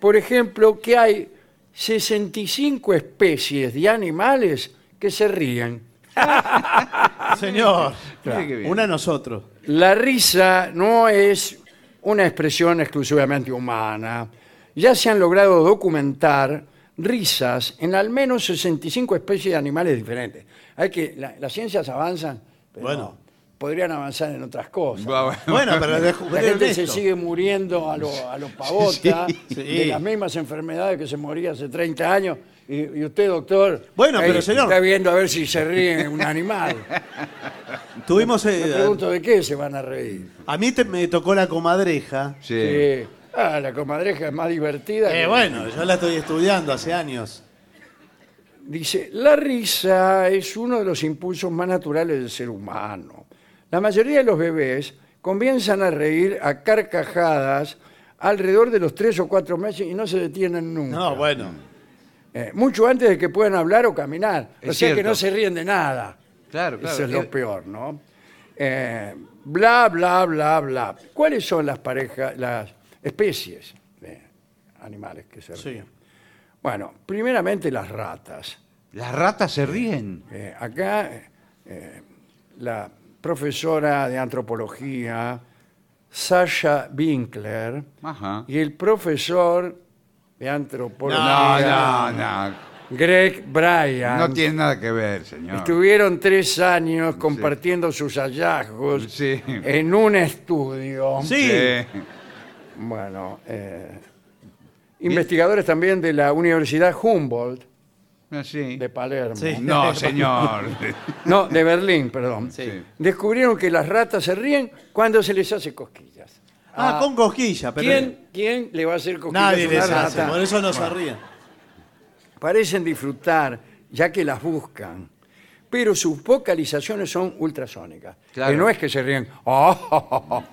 Speaker 1: Por ejemplo, que hay 65 especies de animales que se ríen.
Speaker 2: Ah, Señor,
Speaker 3: Claro. Mire qué bien.
Speaker 2: una a nosotros.
Speaker 1: La risa no es una expresión exclusivamente humana. Ya se han logrado documentar risas en al menos 65 especies de animales diferentes. Hay que la- las ciencias avanzan, pero
Speaker 2: Bueno.
Speaker 1: podrían avanzar en otras cosas.
Speaker 2: Bueno, pero
Speaker 1: La
Speaker 2: descubrieron
Speaker 1: gente se
Speaker 2: esto.
Speaker 1: sigue muriendo a los a lo pavotas
Speaker 2: Sí, sí.
Speaker 1: de las mismas enfermedades que se moría hace 30 años. Y, y usted, doctor,
Speaker 2: Bueno, pero, señor.
Speaker 1: está viendo a ver si se ríe un animal.
Speaker 2: Tuvimos.
Speaker 1: Me
Speaker 2: eh,
Speaker 1: pregunto de qué se van a reír.
Speaker 2: a mí te- me tocó la comadreja.
Speaker 3: Sí.
Speaker 1: Sí. Ah, la comadreja es más divertida.
Speaker 2: Eh,
Speaker 1: que-
Speaker 2: bueno, yo la estoy estudiando hace años.
Speaker 1: Dice, la risa es uno de los impulsos más naturales del ser humano. La mayoría de los bebés comienzan a reír a carcajadas alrededor de los tres o cuatro meses y no se detienen nunca.
Speaker 2: No, bueno.
Speaker 1: Eh, mucho antes de que puedan hablar o caminar. o
Speaker 3: Es
Speaker 1: sea que
Speaker 3: cierto.
Speaker 1: no se ríen de nada.
Speaker 3: Claro, claro.
Speaker 1: Eso es lo
Speaker 3: Eh,
Speaker 1: peor, ¿no? Eh, bla, bla, bla, bla. ¿Cuáles son las parejas, las especies de animales que se
Speaker 2: Sí.
Speaker 1: ríen? Bueno, primeramente las ratas.
Speaker 3: Las ratas se ríen.
Speaker 1: Eh, acá eh, la profesora de antropología, Sasha Winkler,
Speaker 3: Ajá.
Speaker 1: y el profesor de
Speaker 3: No,
Speaker 1: antropología,
Speaker 3: no, no.
Speaker 1: Greg Bryan,
Speaker 3: No tiene nada que ver, señor.
Speaker 1: estuvieron tres años compartiendo sus hallazgos
Speaker 3: Sí.
Speaker 1: en un estudio.
Speaker 2: Sí.
Speaker 1: Bueno, eh, investigadores también de la Universidad Humboldt
Speaker 3: Sí.
Speaker 1: de Palermo.
Speaker 2: Sí.
Speaker 3: No, señor.
Speaker 1: No, de Berlín, perdón.
Speaker 3: Sí.
Speaker 1: Descubrieron que las ratas se ríen cuando se les hace cosquillas.
Speaker 2: Ah, con cosquilla, pero.
Speaker 1: ¿Quién, quién le va a hacer cosquillas
Speaker 2: Nadie
Speaker 1: a una
Speaker 2: les hace,
Speaker 1: rata?
Speaker 2: por eso no se ríen.
Speaker 1: Parecen disfrutar, ya que las buscan. Pero sus vocalizaciones son ultrasónicas.
Speaker 3: Claro.
Speaker 1: Que no es que se ríen. "Ah, ah, ah, ah".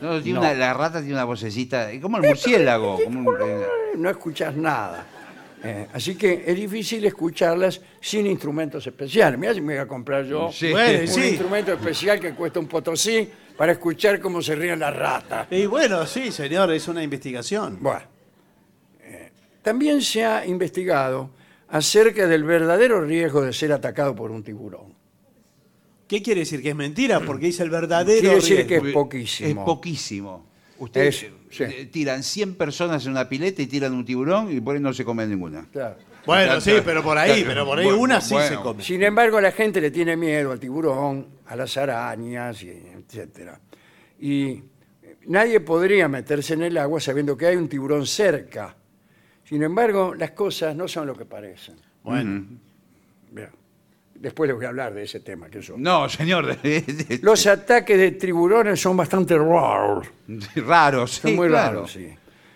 Speaker 3: No, tiene una- la rata tiene una vocecita. es Como el murciélago. como un- eh,
Speaker 1: no escuchas nada. Eh, así que es difícil escucharlas sin instrumentos especiales. Mira si me voy a comprar yo
Speaker 3: Sí.
Speaker 2: Bueno,
Speaker 1: un
Speaker 2: y sí.
Speaker 1: instrumento especial que cuesta un potosí para escuchar cómo se ríen las ratas.
Speaker 2: Y bueno, sí, señor, es una investigación.
Speaker 1: Bueno, eh, también se ha investigado acerca del verdadero riesgo de ser atacado por un tiburón.
Speaker 2: ¿Qué quiere decir? ¿Que es mentira? Porque dice el verdadero.
Speaker 1: Quiere decir
Speaker 2: riesgo.
Speaker 1: que- Es poquísimo.
Speaker 3: Es poquísimo. Ustedes
Speaker 1: Es- sí.
Speaker 3: eh, tiran 100 personas en una pileta y tiran un tiburón y por ahí no se comen ninguna.
Speaker 2: Bueno, sí, pero por ahí, pero por ahí
Speaker 3: Bueno,
Speaker 2: una sí
Speaker 3: bueno.
Speaker 2: se come.
Speaker 1: Sin embargo, la gente le tiene miedo al tiburón, a las arañas, y etcétera. Y eh, nadie podría meterse en el agua sabiendo que hay un tiburón cerca. Sin embargo, las cosas no son lo que parecen. Mm.
Speaker 2: Bueno.
Speaker 1: Bien. Después les voy a hablar de ese tema. Que eso.
Speaker 3: No, señor.
Speaker 1: Los ataques de tiburones son bastante raros.
Speaker 3: raros.
Speaker 1: Son
Speaker 3: sí,
Speaker 1: muy
Speaker 3: claro.
Speaker 1: raros, sí.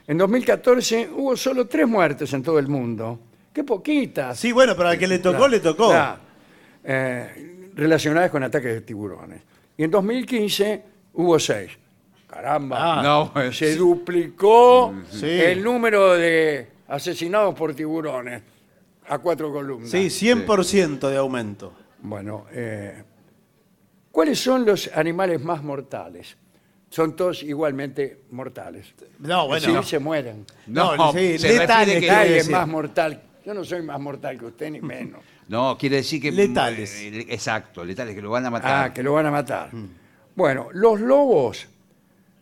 Speaker 1: En 2014 hubo solo tres muertes en todo el mundo. ¡Qué poquitas!
Speaker 2: Sí, bueno, pero al que le tocó, le tocó.
Speaker 1: Ah, eh, relacionadas con ataques de tiburones. Y en 2015 hubo seis. Caramba. pues.
Speaker 2: Ah,
Speaker 3: No, eh,
Speaker 1: se
Speaker 3: sí.
Speaker 1: duplicó
Speaker 2: Sí.
Speaker 1: el número de asesinados por tiburones a cuatro columnas.
Speaker 2: Sí, 100% de aumento.
Speaker 1: Bueno, eh, ¿cuáles son los animales más mortales? Son todos igualmente mortales.
Speaker 2: No, bueno.
Speaker 1: Sí,
Speaker 2: no.
Speaker 1: se mueren.
Speaker 3: No,
Speaker 2: No, sí,
Speaker 3: se
Speaker 2: letales.
Speaker 3: refiere que-
Speaker 2: quiere
Speaker 1: Nadie es
Speaker 2: decir?
Speaker 1: más mortal. Yo no soy más mortal que usted, ni menos.
Speaker 3: No, quiere decir que.
Speaker 2: Letales.
Speaker 3: eh, Exacto, letales, que lo van a matar.
Speaker 1: Ah, que lo van a matar.
Speaker 3: Mm.
Speaker 1: Bueno, los lobos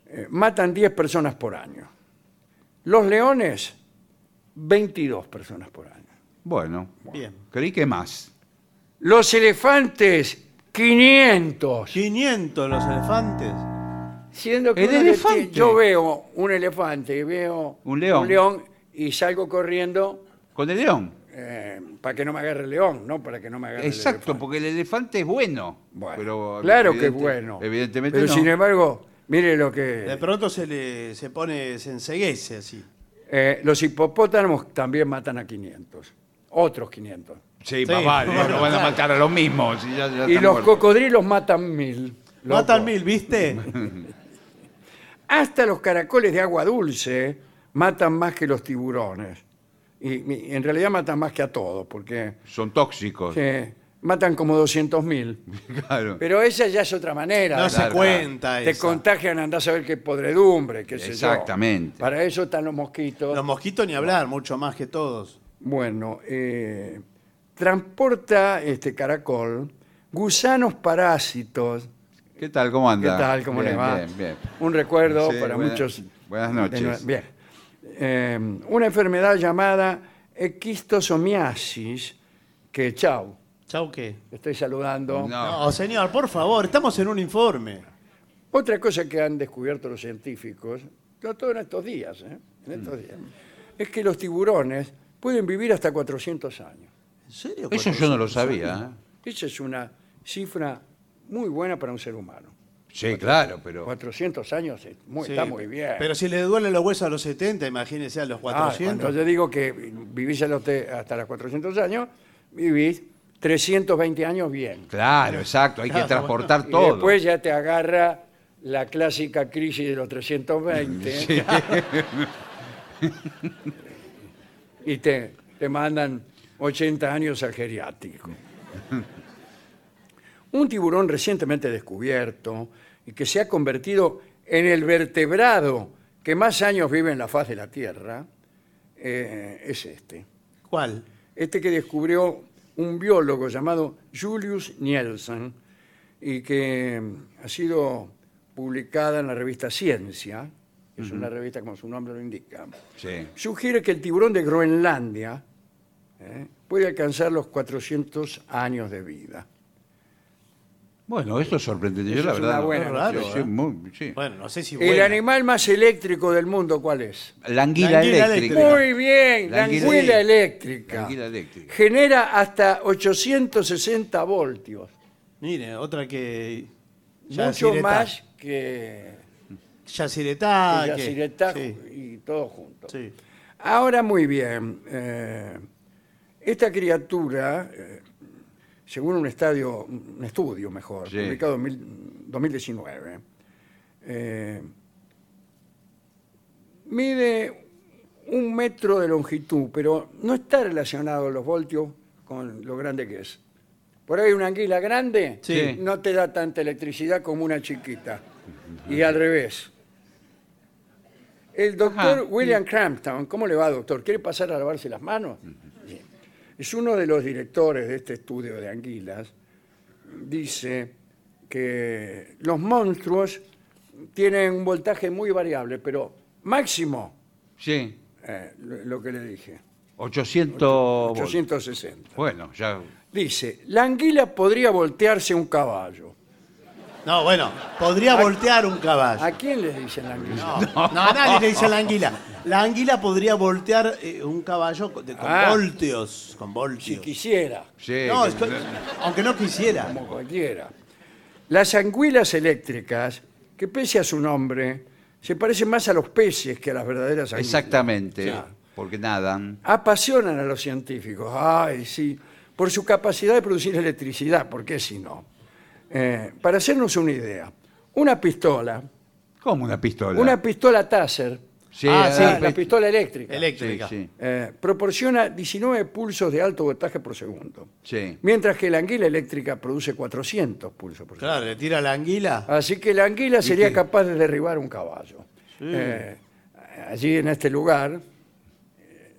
Speaker 1: eh, matan 10 personas por año. Los leones, 22 personas por año.
Speaker 3: Bueno,
Speaker 2: Bien.
Speaker 3: creí que más.
Speaker 1: Los elefantes, 500.
Speaker 2: 500 los elefantes.
Speaker 1: Siendo que
Speaker 3: El
Speaker 1: uno le
Speaker 3: elefante.
Speaker 1: tiene- yo veo un elefante y veo
Speaker 3: Un león.
Speaker 1: y salgo corriendo
Speaker 3: Con el león.
Speaker 1: eh, para que no me agarre el león, ¿no? Para que no me agarre el
Speaker 3: Exacto,
Speaker 1: elefante.
Speaker 3: porque el elefante es bueno.
Speaker 1: Bueno,
Speaker 3: pero
Speaker 1: claro que
Speaker 3: evidente-
Speaker 1: es bueno.
Speaker 3: Evidentemente
Speaker 1: Pero
Speaker 3: no.
Speaker 1: sin embargo, mire lo
Speaker 2: De
Speaker 1: que...
Speaker 2: pronto se le se pone, se enseguece así.
Speaker 1: eh, los hipopótamos también matan a 500. Otros 500.
Speaker 3: Sí,
Speaker 2: Sí,
Speaker 3: más vale,
Speaker 2: bueno,
Speaker 3: lo van a
Speaker 2: claro.
Speaker 3: matar a los mismos. si ya- ya
Speaker 1: Y
Speaker 3: están
Speaker 1: los
Speaker 3: muertos.
Speaker 1: cocodrilos matan mil. loco.
Speaker 2: Matan mil, ¿viste?
Speaker 1: Hasta los caracoles de agua dulce matan más que los tiburones. Y, y en realidad matan más que a todos, porque
Speaker 3: Son tóxicos.
Speaker 1: eh, matan como 200 mil.
Speaker 3: Claro.
Speaker 1: Pero esa ya es otra manera.
Speaker 2: No
Speaker 1: de-
Speaker 2: se
Speaker 3: claro.
Speaker 2: cuenta
Speaker 1: Te
Speaker 2: esa.
Speaker 1: contagian, andás a ver qué podredumbre, qué sé yo.
Speaker 3: Exactamente.
Speaker 1: Para eso están los mosquitos.
Speaker 2: Los mosquitos ni hablar, mucho más que todos.
Speaker 1: Bueno, eh, transporta este caracol gusanos parásitos
Speaker 3: ¿Qué tal? ¿Cómo
Speaker 1: ¿Qué
Speaker 3: anda?
Speaker 1: tal? ¿Cómo
Speaker 3: Bien,
Speaker 1: le va?
Speaker 3: Bien, bien.
Speaker 1: Un recuerdo
Speaker 3: Sí,
Speaker 1: para
Speaker 3: buena-
Speaker 1: muchos.
Speaker 3: buenas
Speaker 1: de
Speaker 3: noches.
Speaker 1: nue- bien. Eh, una enfermedad llamada equistosomiasis, que chau,
Speaker 2: Chau, ¿qué?
Speaker 1: estoy saludando.
Speaker 3: No.
Speaker 2: No, señor, por favor, estamos en un informe.
Speaker 1: Otra cosa que han descubierto los científicos, no todo en estos días, ¿eh? en
Speaker 3: Mm.
Speaker 1: estos días, es que los tiburones pueden vivir hasta 400 años.
Speaker 2: ¿En serio?
Speaker 3: Eso yo no lo sabía. ¿eh?
Speaker 1: Esa es una cifra muy buena para un ser humano.
Speaker 3: Sí, claro, pero.
Speaker 1: 400 años es muy-
Speaker 2: Sí,
Speaker 1: está muy bien.
Speaker 2: Pero si le duelen los huesos a los 70, imagínese a los
Speaker 1: Ah, cuando
Speaker 2: 400.
Speaker 1: yo digo que vivís a los te- hasta los 400 años, vivís 320 años bien.
Speaker 3: Claro, exacto, hay que
Speaker 2: Claro,
Speaker 3: transportar
Speaker 1: Y
Speaker 3: todo.
Speaker 1: después ya te agarra la clásica crisis de los 320. y te, te mandan 80 años al geriátrico. Un tiburón recientemente descubierto y que se ha convertido en el vertebrado que más años vive en la faz de la Tierra eh, es este.
Speaker 2: ¿Cuál?
Speaker 1: Este que descubrió un biólogo llamado Julius Nielsen y que mm, ha sido publicada en la revista Ciencia, que es una revista como su nombre lo indica,
Speaker 3: Sí.
Speaker 1: sugiere que el tiburón de Groenlandia ¿eh? puede alcanzar los 400 años de vida.
Speaker 3: Bueno, esto es sorprendente. Yo,
Speaker 1: Eso
Speaker 3: la
Speaker 1: es
Speaker 3: verdad.
Speaker 1: una
Speaker 3: no-
Speaker 1: buena
Speaker 3: sí,
Speaker 2: noticia,
Speaker 3: sí,
Speaker 2: ¿eh?
Speaker 3: muy- sí.
Speaker 2: Bueno, no sé si
Speaker 1: ¿El
Speaker 2: buena.
Speaker 1: animal más eléctrico del mundo cuál es?
Speaker 3: La anguila
Speaker 2: anguila
Speaker 3: eléctrica.
Speaker 2: eléctrica.
Speaker 1: Muy bien, la
Speaker 3: La anguila-
Speaker 1: anguila
Speaker 3: sí.
Speaker 1: eléctrica.
Speaker 3: La anguila eléctrica.
Speaker 1: Genera hasta 860 voltios.
Speaker 2: Mire, otra que.
Speaker 1: mucho
Speaker 2: Yacyretá.
Speaker 1: más que
Speaker 2: Yacyretá. que-
Speaker 1: Yacyretá
Speaker 2: Ah, Sí,
Speaker 1: y todo junto.
Speaker 2: sí.
Speaker 1: Ahora muy bien, eh, esta criatura, eh, según un, estadio, un estudio mejor,
Speaker 3: Sí.
Speaker 1: publicado en mil- 2019, eh, mide un metro de longitud, pero no está relacionado los voltios con lo grande que es. Por ahí una anguila grande
Speaker 3: Sí.
Speaker 1: no te da tanta electricidad como una chiquita. Y al revés. El doctor
Speaker 3: Ajá.
Speaker 1: William Crampton, ¿cómo le va, doctor? ¿Quiere pasar a lavarse las manos? Es uno de los directores de este estudio de anguilas. Dice que los monstruos tienen un voltaje muy variable, pero máximo
Speaker 3: Sí.
Speaker 1: eh, lo lo que le dije,
Speaker 3: 800. volts.
Speaker 1: 860.
Speaker 3: Bueno, ya.
Speaker 1: Dice, la anguila podría voltearse un caballo.
Speaker 2: No, bueno, podría voltear un caballo.
Speaker 1: ¿A quién le dicen la anguila?
Speaker 2: No, no, a nadie le dice la anguila. La anguila podría voltear eh, un caballo con, de- con
Speaker 1: Ah.
Speaker 2: voltios. Con
Speaker 1: Si
Speaker 2: voltios.
Speaker 1: quisiera,
Speaker 3: Sí.
Speaker 2: No,
Speaker 3: que-
Speaker 2: esto- aunque no quisiera.
Speaker 1: como cualquiera. Las anguilas eléctricas, que pese a su nombre, se parecen más a los peces que a las verdaderas anguilas.
Speaker 3: Exactamente.
Speaker 1: Claro.
Speaker 3: Porque nadan.
Speaker 1: Apasionan a los científicos, ay, sí, por su capacidad de producir electricidad, ¿por qué si no? Eh, para hacernos una idea, una pistola,
Speaker 3: Como una pistola.
Speaker 1: una pistola Taser,
Speaker 3: Sí,
Speaker 2: Ah,
Speaker 3: eh,
Speaker 2: sí,
Speaker 1: la, la
Speaker 3: pe-
Speaker 1: pistola eléctrica,
Speaker 2: Eléctrica.
Speaker 3: Sí, sí.
Speaker 1: eh, proporciona 19 pulsos de alto voltaje por segundo.
Speaker 3: Sí.
Speaker 1: Mientras que la anguila eléctrica produce 400 pulsos por segundo.
Speaker 2: Claro, le tira la anguila.
Speaker 1: Así que la anguila sería
Speaker 3: qué?
Speaker 1: capaz de derribar un caballo. Eh, allí en este lugar, eh,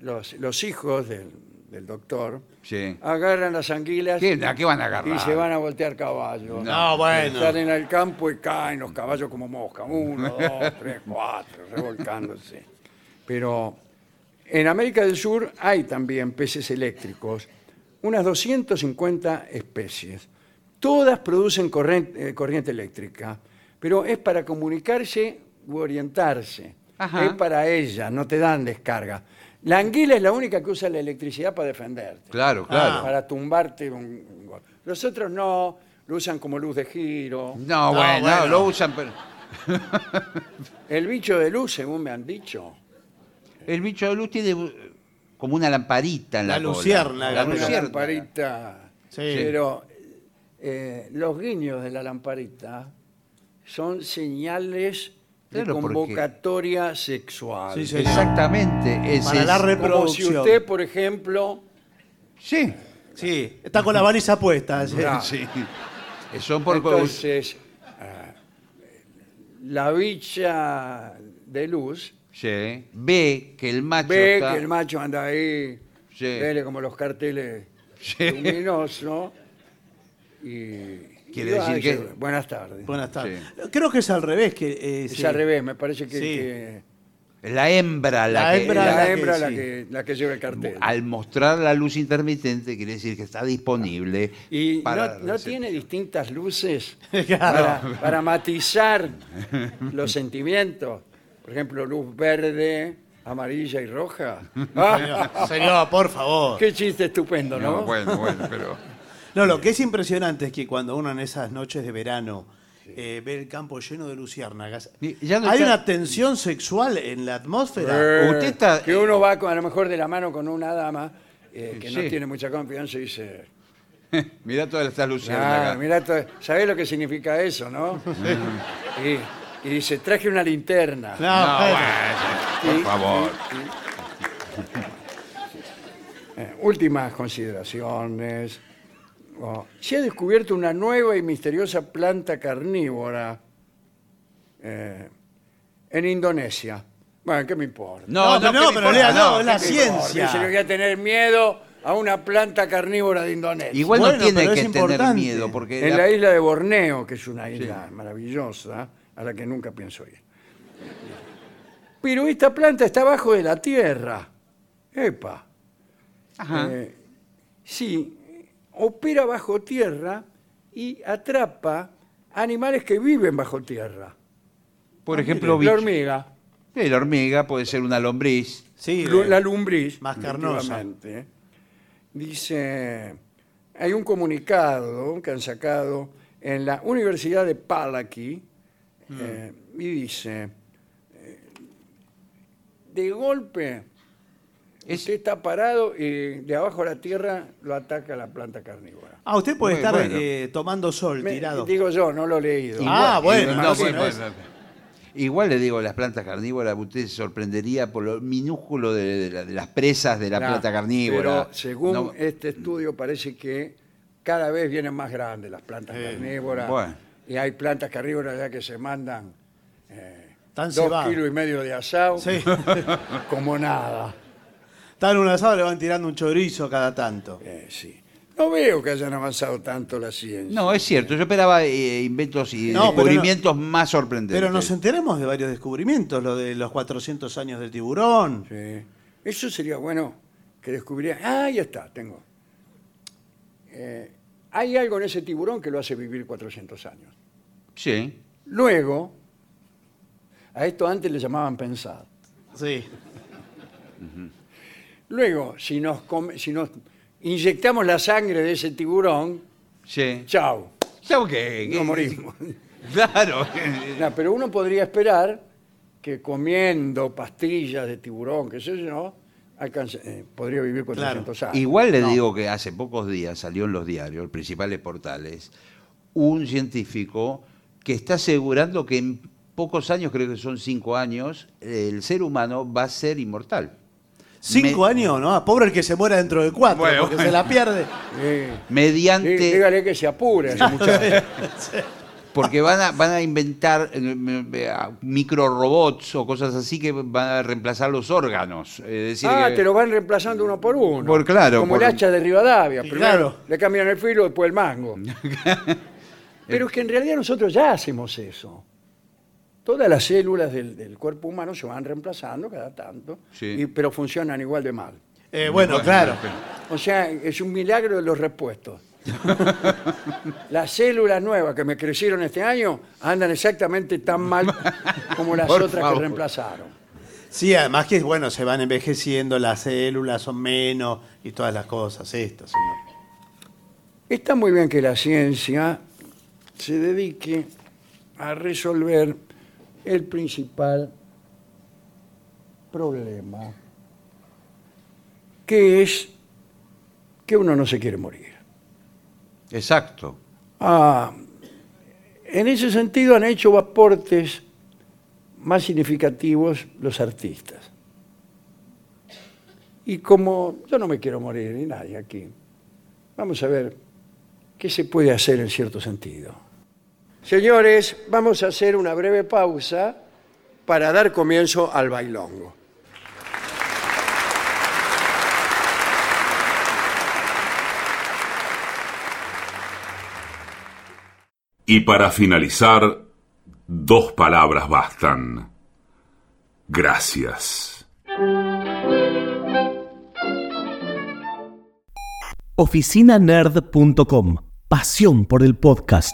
Speaker 1: los, los hijos del, del doctor
Speaker 3: Sí.
Speaker 1: agarran las anguilas
Speaker 3: ¿Qué- ¿A qué van a agarrar?
Speaker 1: y se van a voltear caballos.
Speaker 2: No, bueno.
Speaker 1: Salen al campo y caen los caballos como mosca. Uno, dos, tres, cuatro, revolcándose. Pero en América del Sur hay también peces eléctricos, unas 250 especies. Todas producen corren- eh, corriente eléctrica, pero es para comunicarse u orientarse.
Speaker 3: Ajá.
Speaker 1: Es para ellas, no te dan descarga. La anguila es la única que usa la electricidad para defenderte
Speaker 3: Claro, claro.
Speaker 1: Ah, para tumbarte un, un gol. Los otros no, lo usan como luz de giro.
Speaker 3: No,
Speaker 2: No,
Speaker 3: bueno,
Speaker 2: bueno.
Speaker 3: lo usan. pero-
Speaker 1: El bicho de luz, según me han dicho,
Speaker 3: El bicho de luz tiene eh, como una lamparita en la,
Speaker 2: La
Speaker 3: cola.
Speaker 2: luciérnaga, pero-
Speaker 3: La
Speaker 1: una
Speaker 3: luciérnaga.
Speaker 1: lamparita.
Speaker 2: Sí.
Speaker 1: Pero eh, los guiños de la lamparita son señales de
Speaker 3: Claro, porque-
Speaker 1: convocatoria sexual.
Speaker 2: Sí, señor.
Speaker 3: Exactamente. ese
Speaker 2: Para la
Speaker 3: es-
Speaker 1: Como si
Speaker 2: reproducción.
Speaker 1: usted, por ejemplo,
Speaker 3: Sí.
Speaker 2: Sí, está con la baliza puesta. sí.
Speaker 1: Claro.
Speaker 3: sí. Eh, Son por
Speaker 1: entonces ah, la bicha de luz
Speaker 3: Sí. Ve que el macho
Speaker 1: ve
Speaker 3: está-
Speaker 1: que el macho anda ahí,
Speaker 3: Sí.
Speaker 1: vele como los carteles
Speaker 3: Sí.
Speaker 1: luminosos. Y, y
Speaker 3: Quiere
Speaker 1: va a
Speaker 3: decir que-
Speaker 1: decir, Buenas tardes.
Speaker 2: Buenas tardes. Creo que es al revés. que eh,
Speaker 1: es
Speaker 2: sí.
Speaker 1: al revés, me parece que,
Speaker 2: Sí.
Speaker 1: que
Speaker 3: La hembra, la,
Speaker 2: La
Speaker 3: que-
Speaker 2: hembra,
Speaker 1: la,
Speaker 3: la-
Speaker 2: que
Speaker 1: hembra la
Speaker 2: sí.
Speaker 1: que, la que lleva el cartel.
Speaker 3: al mostrar la luz intermitente quiere decir que está disponible.
Speaker 1: Y no,
Speaker 3: para
Speaker 1: no
Speaker 3: recibir.
Speaker 1: tiene distintas luces
Speaker 2: Claro.
Speaker 1: para, para matizar los sentimientos. Por ejemplo, luz verde, amarilla y roja. ¡Ah!
Speaker 2: Señor, señor, por favor.
Speaker 1: Qué chiste estupendo, ¿no?
Speaker 3: No, bueno, bueno, pero
Speaker 2: No, lo que es impresionante es que cuando uno en esas noches de verano eh, ve el campo lleno de luciérnagas,
Speaker 3: Y ya no
Speaker 2: hay
Speaker 3: está-
Speaker 2: una tensión sexual en la atmósfera.
Speaker 1: Eh,
Speaker 3: Usted está-
Speaker 1: Que uno va con- a lo mejor de la mano con una dama eh, que no
Speaker 3: Sí.
Speaker 1: tiene mucha confianza y dice,
Speaker 3: mira todas estas luces.
Speaker 1: ah, mirá, to- ¿sabés lo que significa eso, no? y, y dice, traje una linterna.
Speaker 2: No,
Speaker 3: No,
Speaker 2: Ah, bueno.
Speaker 3: bueno, por favor.
Speaker 1: Eh, últimas consideraciones. Oh, Se ha descubierto una nueva y misteriosa planta carnívora eh, en Indonesia. Bueno, ¿qué me importa?
Speaker 3: No,
Speaker 2: No,
Speaker 3: no,
Speaker 2: pero no,
Speaker 3: ¿qué
Speaker 2: pero
Speaker 3: le
Speaker 2: lea,
Speaker 3: importa?
Speaker 2: no, es la
Speaker 1: ¿Qué me importa?
Speaker 2: ciencia.
Speaker 1: Dice que voy a tener miedo a una planta carnívora de Indonesia.
Speaker 3: Igual
Speaker 2: Bueno,
Speaker 3: no tiene
Speaker 2: pero
Speaker 3: que
Speaker 2: es
Speaker 3: tener
Speaker 2: importante.
Speaker 3: miedo porque
Speaker 1: En
Speaker 3: la-
Speaker 1: la isla de Borneo, que es una isla maravillosa, a la que nunca pienso ir. Pero esta planta está abajo de la tierra. Epa.
Speaker 3: Ajá. Ah,
Speaker 1: Eh, sí, opera bajo tierra y atrapa animales que viven bajo tierra.
Speaker 3: Por ejemplo,
Speaker 1: La
Speaker 3: bicho.
Speaker 1: hormiga,
Speaker 3: Sí, la hormiga puede ser una lombriz.
Speaker 2: Sí,
Speaker 1: lu-
Speaker 2: eh,
Speaker 1: la lumbriz.
Speaker 2: Más carnosa.
Speaker 1: efectivamente. Dice, hay un comunicado que han sacado en la Universidad de Palaquí
Speaker 2: Mm.
Speaker 1: eh, y dice, eh, de golpe
Speaker 3: Es-
Speaker 1: usted está parado y de abajo la tierra lo ataca la planta carnívora.
Speaker 2: Ah, usted puede
Speaker 3: Muy
Speaker 2: estar
Speaker 3: bueno.
Speaker 2: eh, tomando sol,
Speaker 1: Me-
Speaker 2: tirado.
Speaker 1: digo yo, no lo he leído.
Speaker 2: Ah, bueno,
Speaker 3: Igual- eh,
Speaker 2: no,
Speaker 3: no,
Speaker 2: sí,
Speaker 3: bueno,
Speaker 2: no es-
Speaker 3: bueno. Igual le digo, las plantas carnívoras, usted se sorprendería por lo minúsculo de, de la- de las presas de la
Speaker 1: Nah,
Speaker 3: planta carnívora.
Speaker 1: Pero según
Speaker 3: No,
Speaker 1: este estudio parece que cada vez vienen más grandes las plantas carnívoras.
Speaker 3: bueno.
Speaker 1: Y hay plantas carnívoras ya que se mandan eh,
Speaker 2: Tan
Speaker 1: dos
Speaker 2: cebadas.
Speaker 1: kilos y medio de asado
Speaker 2: Ah, Sí.
Speaker 1: como nada.
Speaker 2: Están un asado, le van tirando un chorizo cada tanto.
Speaker 1: Eh, sí. No veo que hayan avanzado tanto la ciencia.
Speaker 3: no, es cierto, yo esperaba eh, inventos y
Speaker 2: No, pero
Speaker 3: descubrimientos más sorprendentes.
Speaker 2: Pero nos enteramos de varios descubrimientos, lo de los 400 años del tiburón.
Speaker 1: Sí. Eso sería bueno que descubrieran. Ah, ahí está, tengo. Eh, hay algo en ese tiburón que lo hace vivir 400 años.
Speaker 3: Sí.
Speaker 1: Luego, a esto antes le llamaban pensar.
Speaker 2: Sí.
Speaker 1: Luego, si nos, come- si nos inyectamos la sangre de ese tiburón,
Speaker 3: Sí.
Speaker 1: chao,
Speaker 3: ¿Sabes qué?
Speaker 1: no
Speaker 3: ¿Qué-
Speaker 1: morimos.
Speaker 3: Claro.
Speaker 1: No, pero uno podría esperar que comiendo pastillas de tiburón, qué sé yo, alcance- eh, podría vivir 400 años.
Speaker 3: Igual le digo que hace pocos días salió en los diarios, los principales portales, un científico que está asegurando que en pocos años, creo que son cinco años, el ser humano va a ser inmortal.
Speaker 2: Cinco
Speaker 3: Me-
Speaker 2: años, ¿no? Ah, Pobre el que se muera dentro de cuatro,
Speaker 3: Bueno,
Speaker 2: porque
Speaker 3: bueno.
Speaker 2: se la pierde.
Speaker 1: Sí. Sí,
Speaker 3: Mediante.
Speaker 1: dígale que se apure a ese muchacho.
Speaker 3: Porque van a, van a inventar eh, m- m- a microrobots o cosas así que van a reemplazar los órganos. Es decir,
Speaker 1: ah,
Speaker 3: que-
Speaker 1: te lo van reemplazando uno por uno.
Speaker 3: Por claro,
Speaker 1: Como
Speaker 3: por-
Speaker 1: el hacha de Rivadavia.
Speaker 2: Y
Speaker 1: Primero
Speaker 2: claro.
Speaker 1: le cambian el filo, después el mango. Pero es que en realidad nosotros ya hacemos eso. Todas las células del, del cuerpo humano se van reemplazando cada tanto,
Speaker 3: Sí.
Speaker 1: y- pero funcionan igual de mal.
Speaker 2: Eh, bueno, claro.
Speaker 1: O sea, es un milagro de los repuestos. las células nuevas que me crecieron este año andan exactamente tan mal como las
Speaker 3: Por
Speaker 1: otras que
Speaker 3: favor.
Speaker 1: reemplazaron.
Speaker 2: Sí, además que, bueno, se van envejeciendo, las células son menos y todas las cosas estas. señor.
Speaker 1: Está muy bien que la ciencia se dedique a resolver el principal problema, que es que uno no se quiere morir.
Speaker 3: Exacto.
Speaker 1: Ah, en ese sentido han hecho aportes más significativos los artistas. Y como yo no me quiero morir, ni nadie aquí, vamos a ver qué se puede hacer en cierto sentido. Señores, vamos a hacer una breve pausa para dar comienzo al bailongo.
Speaker 5: Y para finalizar, dos palabras bastan. Gracias.
Speaker 6: oficinanerd.com. Pasión por el podcast.